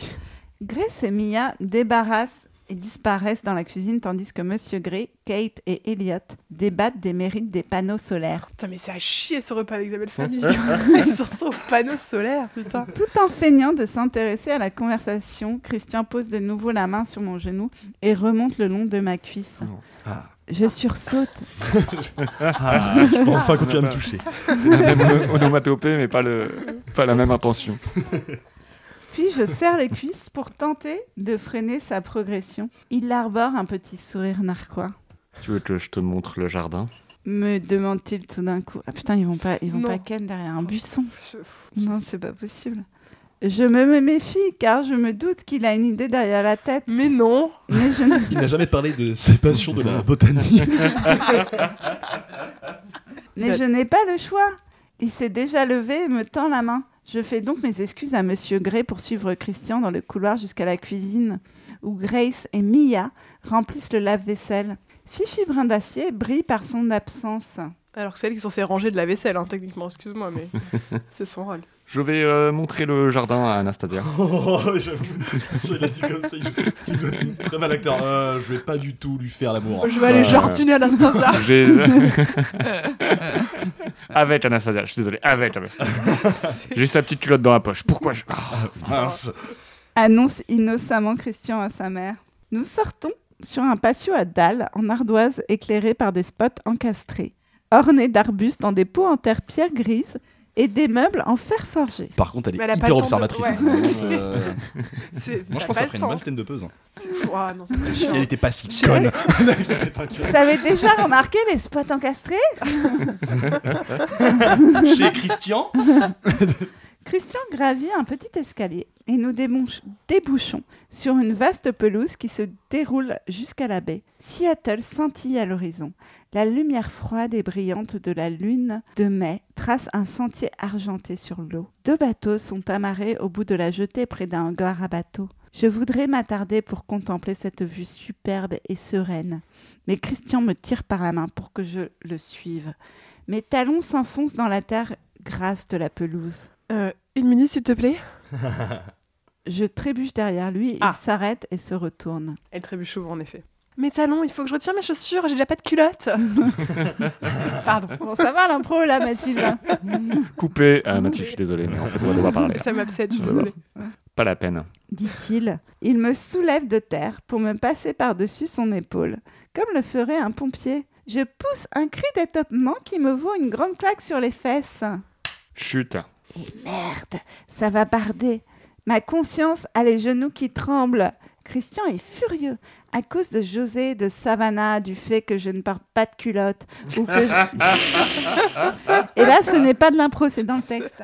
Grace et Mia débarrassent et disparaissent dans la cuisine tandis que Monsieur Gray, Kate et Elliot débattent des mérites des panneaux solaires. Putain, mais c'est à chier ce repas avec la belle *laughs* famille. Ils en sont au panneau solaire, putain. Tout en feignant de s'intéresser à la conversation, Christian pose de nouveau la main sur mon genou et remonte le long de ma cuisse. Je sursaute. Ah. Je pense enfin continuer à me toucher. C'est la même euh, onomatopée, mais pas, le... pas la même intention. Puis je serre les cuisses pour tenter de freiner sa progression. Il arbore un petit sourire narquois. Tu veux que je te montre le jardin Me demande-t-il tout d'un coup. Ah putain, ils vont pas, ils vont Non. pas ken derrière un buisson. Je- Non, c'est pas possible. Je me me méfie car je me doute qu'il a une idée derrière la tête, Mais non. mais je ne- Il n'a jamais parlé de ses passions de la botanie. mais je n'ai pas le choix. Il s'est déjà levé et me tend la main. Je fais donc mes excuses à Monsieur Gray pour suivre Christian dans le couloir jusqu'à la cuisine, où Grace et Mia remplissent le lave-vaisselle. Fifi Brin d'Acier brille par son absence. Alors que c'est elle qui est censée ranger de la vaisselle, hein, techniquement, excuse-moi, *laughs* mais c'est son rôle. Je vais euh, montrer le jardin à Anastasia. *laughs* Oh, j'avoue, c'est sûr, il a dit comme ça. Il, il doit être un très mal acteur. Euh, je vais pas du tout lui faire l'amour. Je vais aller Euh, jardiner à l'instant ça. J'ai... *laughs* avec Anastasia, je suis désolé, avec Anastasia. J'ai sa petite culotte dans la poche. Pourquoi je... Ah, Mince. *laughs* annonce innocemment Christian à sa mère. Nous sortons sur un patio à dalles en ardoise éclairé par des spots encastrés, ornés d'arbustes dans des pots en terre pierre grise et des meubles en fer forgé. Par contre, elle est Mais elle a pas le hyper temps de- observatrice. ouais. *laughs* hein. Euh, C'est- t'as Moi, je pense que pas ça le ferait une temps. bonne scène de puzzle. C'est- Ouah, non, c'est pas Si chiant. elle était pas si Je- *laughs* conne. Vous avez déjà remarqué les spots encastrés Chez *laughs* Christian Christian gravit un petit escalier et nous débouch- débouchons sur une vaste pelouse qui se déroule jusqu'à la baie. Seattle scintille à l'horizon. La lumière froide et brillante de la lune de mai trace un sentier argenté sur l'eau. Deux bateaux sont amarrés au bout de la jetée près d'un hangar à bateaux. Je voudrais m'attarder pour contempler cette vue superbe et sereine. Mais Christian me tire par la main pour que je le suive. Mes talons s'enfoncent dans la terre grasse de la pelouse. Euh, une minute, s'il te plaît. Je trébuche derrière lui, Ah. il s'arrête et se retourne. Elle trébuche souvent, en effet. Mes talons, il faut que je retire mes chaussures, j'ai déjà pas de culotte. Pardon. Bon, ça va l'impro là, Mathilde coupé. Ah, Mathilde, je suis désolé, mais en fait, on va devoir parler. Ça m'obsède, je suis Ça va. désolée. Pas la peine. dit-il. Il me soulève de terre pour me passer par-dessus son épaule, comme le ferait un pompier. Je pousse un cri d'étouffement qui me vaut une grande claque sur les fesses. Chut. Merde, ça va barder. Ma conscience a les genoux qui tremblent. Christian est furieux à cause de José, de Savannah, du fait que je ne porte pas de culotte. Ou que je- Et là, ce n'est pas de l'impro, c'est dans le texte.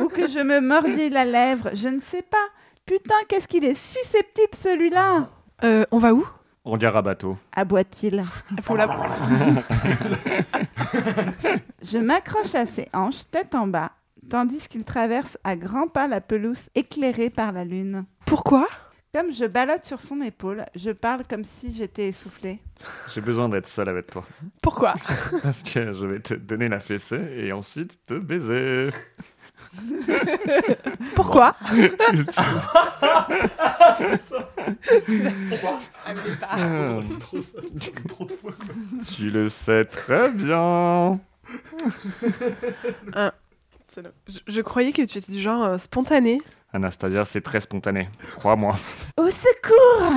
ou que je me mordis la lèvre, je ne sais pas. Putain, qu'est-ce qu'il est susceptible celui-là Euh, on va où On dirait à bateau. aboie-t-il. Faut la... Je m'accroche à ses hanches, tête en bas, tandis qu'il traverse à grands pas la pelouse éclairée par la lune. Pourquoi Comme je ballotte sur son épaule, je parle comme si j'étais essoufflée. J'ai besoin d'être seul avec toi. Pourquoi Parce que je vais te donner la fessée et ensuite te baiser. *laughs* Pourquoi Tu le sais. *laughs* Ah. *laughs* Tu le sais très bien. je, je croyais que tu étais du genre euh, spontané. Anastasia, c'est très spontané. Crois-moi. Au secours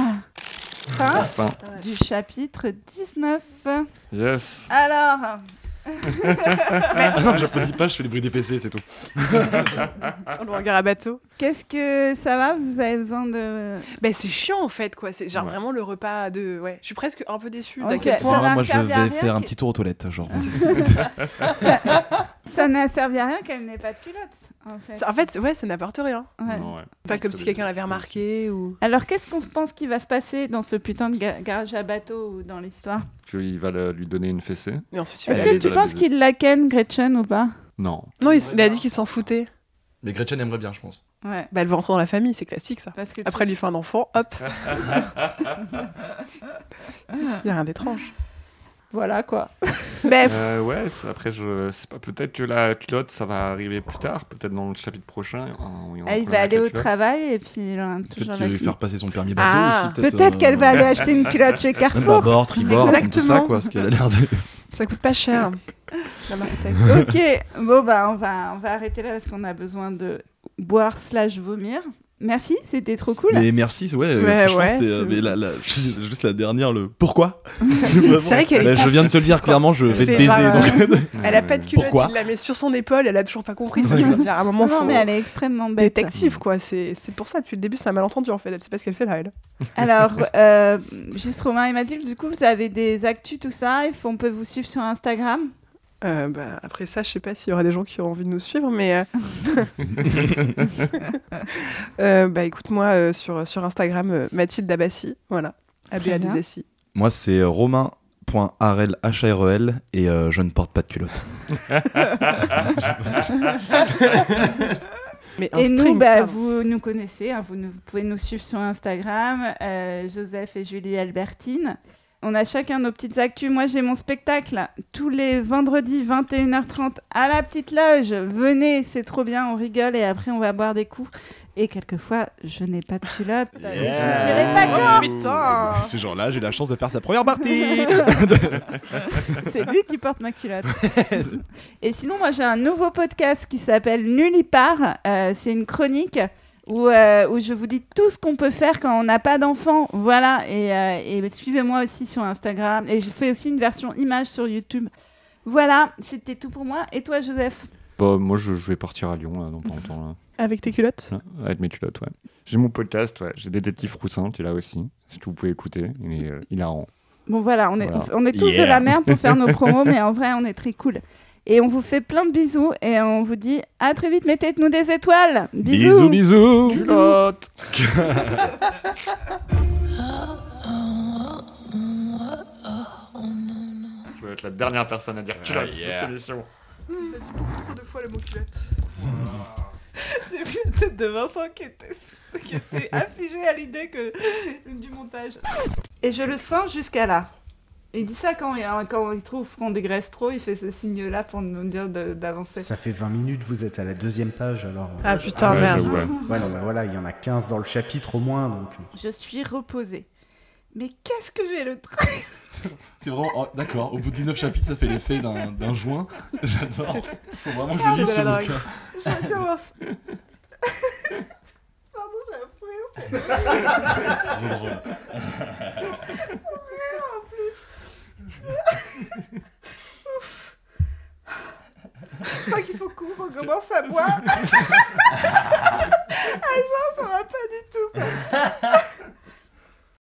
Fin Enfin, du chapitre 19. yes. Alors, Ah non, j'applaudis pas, je fais les bruits des PC, c'est tout. Ah, On le regarde à bateau. Qu'est-ce que ça va Vous avez besoin de. Ben c'est chiant en fait quoi. C'est genre Ouais. vraiment le repas de. Ouais. Je suis presque un peu déçue. Oh, d'à quel c'est- point- Ça va moi, je faire vais derrière faire un qui- petit tour aux toilettes, genre. Ah, Ça n'a servi à rien qu'elle n'ait pas de culotte, en fait. En fait, c'est- ouais, ça n'apporte rien. Ouais. Non, ouais. Pas comme si quelqu'un l'avait remarqué ou. Alors, qu'est-ce qu'on pense qui va se passer dans ce putain de ga- garage à bateau ou dans l'histoire Qu'il va le- lui donner une fessée Mais ensuite, il Est-ce va- elle que est tu dans la penses maison. qu'il la ken, Gretchen, ou pas Non. Non, il, s- il a dit qu'il s'en foutait. Mais Gretchen aimerait bien, je pense. Ouais. Bah, elle veut rentrer dans la famille, c'est classique ça. Parce que tu- Après, elle lui fait un enfant, hop. Il y a rien d'étrange. Voilà quoi. *laughs* Bref. Euh, ouais, c'est- après, je sais pas. Peut-être que la culotte, ça va arriver plus tard. Peut-être dans le chapitre prochain. on- on Ah, il va parlera de aller la au culotte. travail et puis il aura toujours Peut-être qu'il va la lui culotte. faire passer son permis bateau bateau Ah, aussi. Peut-être euh, qu'elle va *laughs* aller acheter une culotte chez Même Carrefour. bâbord, tribord, comme tout Exactement. ça, quoi. Parce qu'elle a l'air de. Ça coûte pas cher. La marque Tag. ok, bon bah on va, on va arrêter là parce qu'on a besoin de boire slash vomir. Merci, c'était trop cool. Mais merci, ouais. euh, Ouais, franchement, ouais, c'était, euh, c'est- mais la, la- *laughs* juste la dernière, le pourquoi *laughs* C'est vrai qu'elle Bah, est pas Je viens de te le dire, quoi. clairement, je vais C'est te baiser. grave. donc. *laughs* Elle a pas de culotte, Pourquoi il la met sur son épaule, elle a toujours pas compris. Enfin, je veux dire, à un moment, non, faut- mais elle est extrêmement bête. détective quoi. C'est c'est pour ça depuis le début, c'est un malentendu en fait. Elle sait pas ce qu'elle fait là. Elle. Alors, euh, juste Romain et Mathilde, du coup, vous avez des actus, tout ça. Il faut- on peut vous suivre sur Instagram. Euh, bah, après ça, je sais pas s'il y aura des gens qui auront envie de nous suivre, mais *laughs* euh, *laughs* euh, bah écoute-moi euh, sur sur Instagram euh, Mathilde Abassi, voilà. A B A 2 S I. Moi, c'est euh, romain.arel, H-A-R-E-L, et euh, je ne porte pas de culotte. Mais un et nous, string, bah, pardon. vous nous connaissez. hein, vous, nous- vous pouvez nous suivre sur Instagram. euh, Joseph et Julie Albertine. On a chacun nos petites actus. Moi, j'ai mon spectacle tous les vendredis 21h30 à la petite loge. Venez, c'est trop bien, on rigole et après on va boire des coups. Et quelquefois, je n'ai pas de culotte. Je ne dirai pas quand. Putain. *laughs* Ce genre-là, j'ai la chance de faire sa première partie. C'est lui qui porte ma *laughs* culotte. Et sinon, moi, j'ai un nouveau podcast qui s'appelle Nullipar. Euh, c'est une chronique où, euh, où je vous dis tout ce qu'on peut faire quand on n'a pas d'enfant. Voilà. Et, euh, et suivez-moi aussi sur Instagram. Et je fais aussi une version image sur YouTube. Voilà, c'était tout pour moi. Et toi, Joseph Bah, moi, je, je vais partir à Lyon là, dans pas longtemps. Avec tes culottes. Là. Avec mes culottes, ouais. J'ai mon podcast, ouais. J'ai Détective Roussin, qui est là aussi. Si vous pouvez écouter, il est euh, hilarant. Bon, voilà, on est, Voilà. on est tous de la merde pour faire nos promos, *laughs* mais en vrai, on est très cool. Et on vous fait plein de bisous et on vous dit à très vite. Mettez-nous des étoiles. bisous, bisous. Culotte *laughs* Je vais être la dernière personne à dire culotte de cette émission. Beaucoup de fois le mot culotte. J'ai vu la tête de Vincent qui était, qui était affligé à l'idée que, du montage. Et je le sens jusqu'à là. Il dit ça quand, il- quand il trouve qu'on dégraisse trop, il fait ce signe-là pour nous dire de- d'avancer. Ça fait 20 minutes, vous êtes à la deuxième page alors. euh, Ah putain Ouais, merde. j'avoue, ouais. Ouais, non, bah voilà, il y en a 15 dans le chapitre au moins, donc. Je suis reposée. Mais qu'est-ce que j'ai le train C'est vraiment. oh, D'accord, au bout de 19 chapitres, ça fait l'effet d'un d'un joint. *laughs* J'adore. Faut vraiment que je C'est lise de ce la bouquin. Je commence. *laughs* Pardon, j'ai un peu Trop drôle. Ah, Je crois qu'il faut qu'on recommence à boire.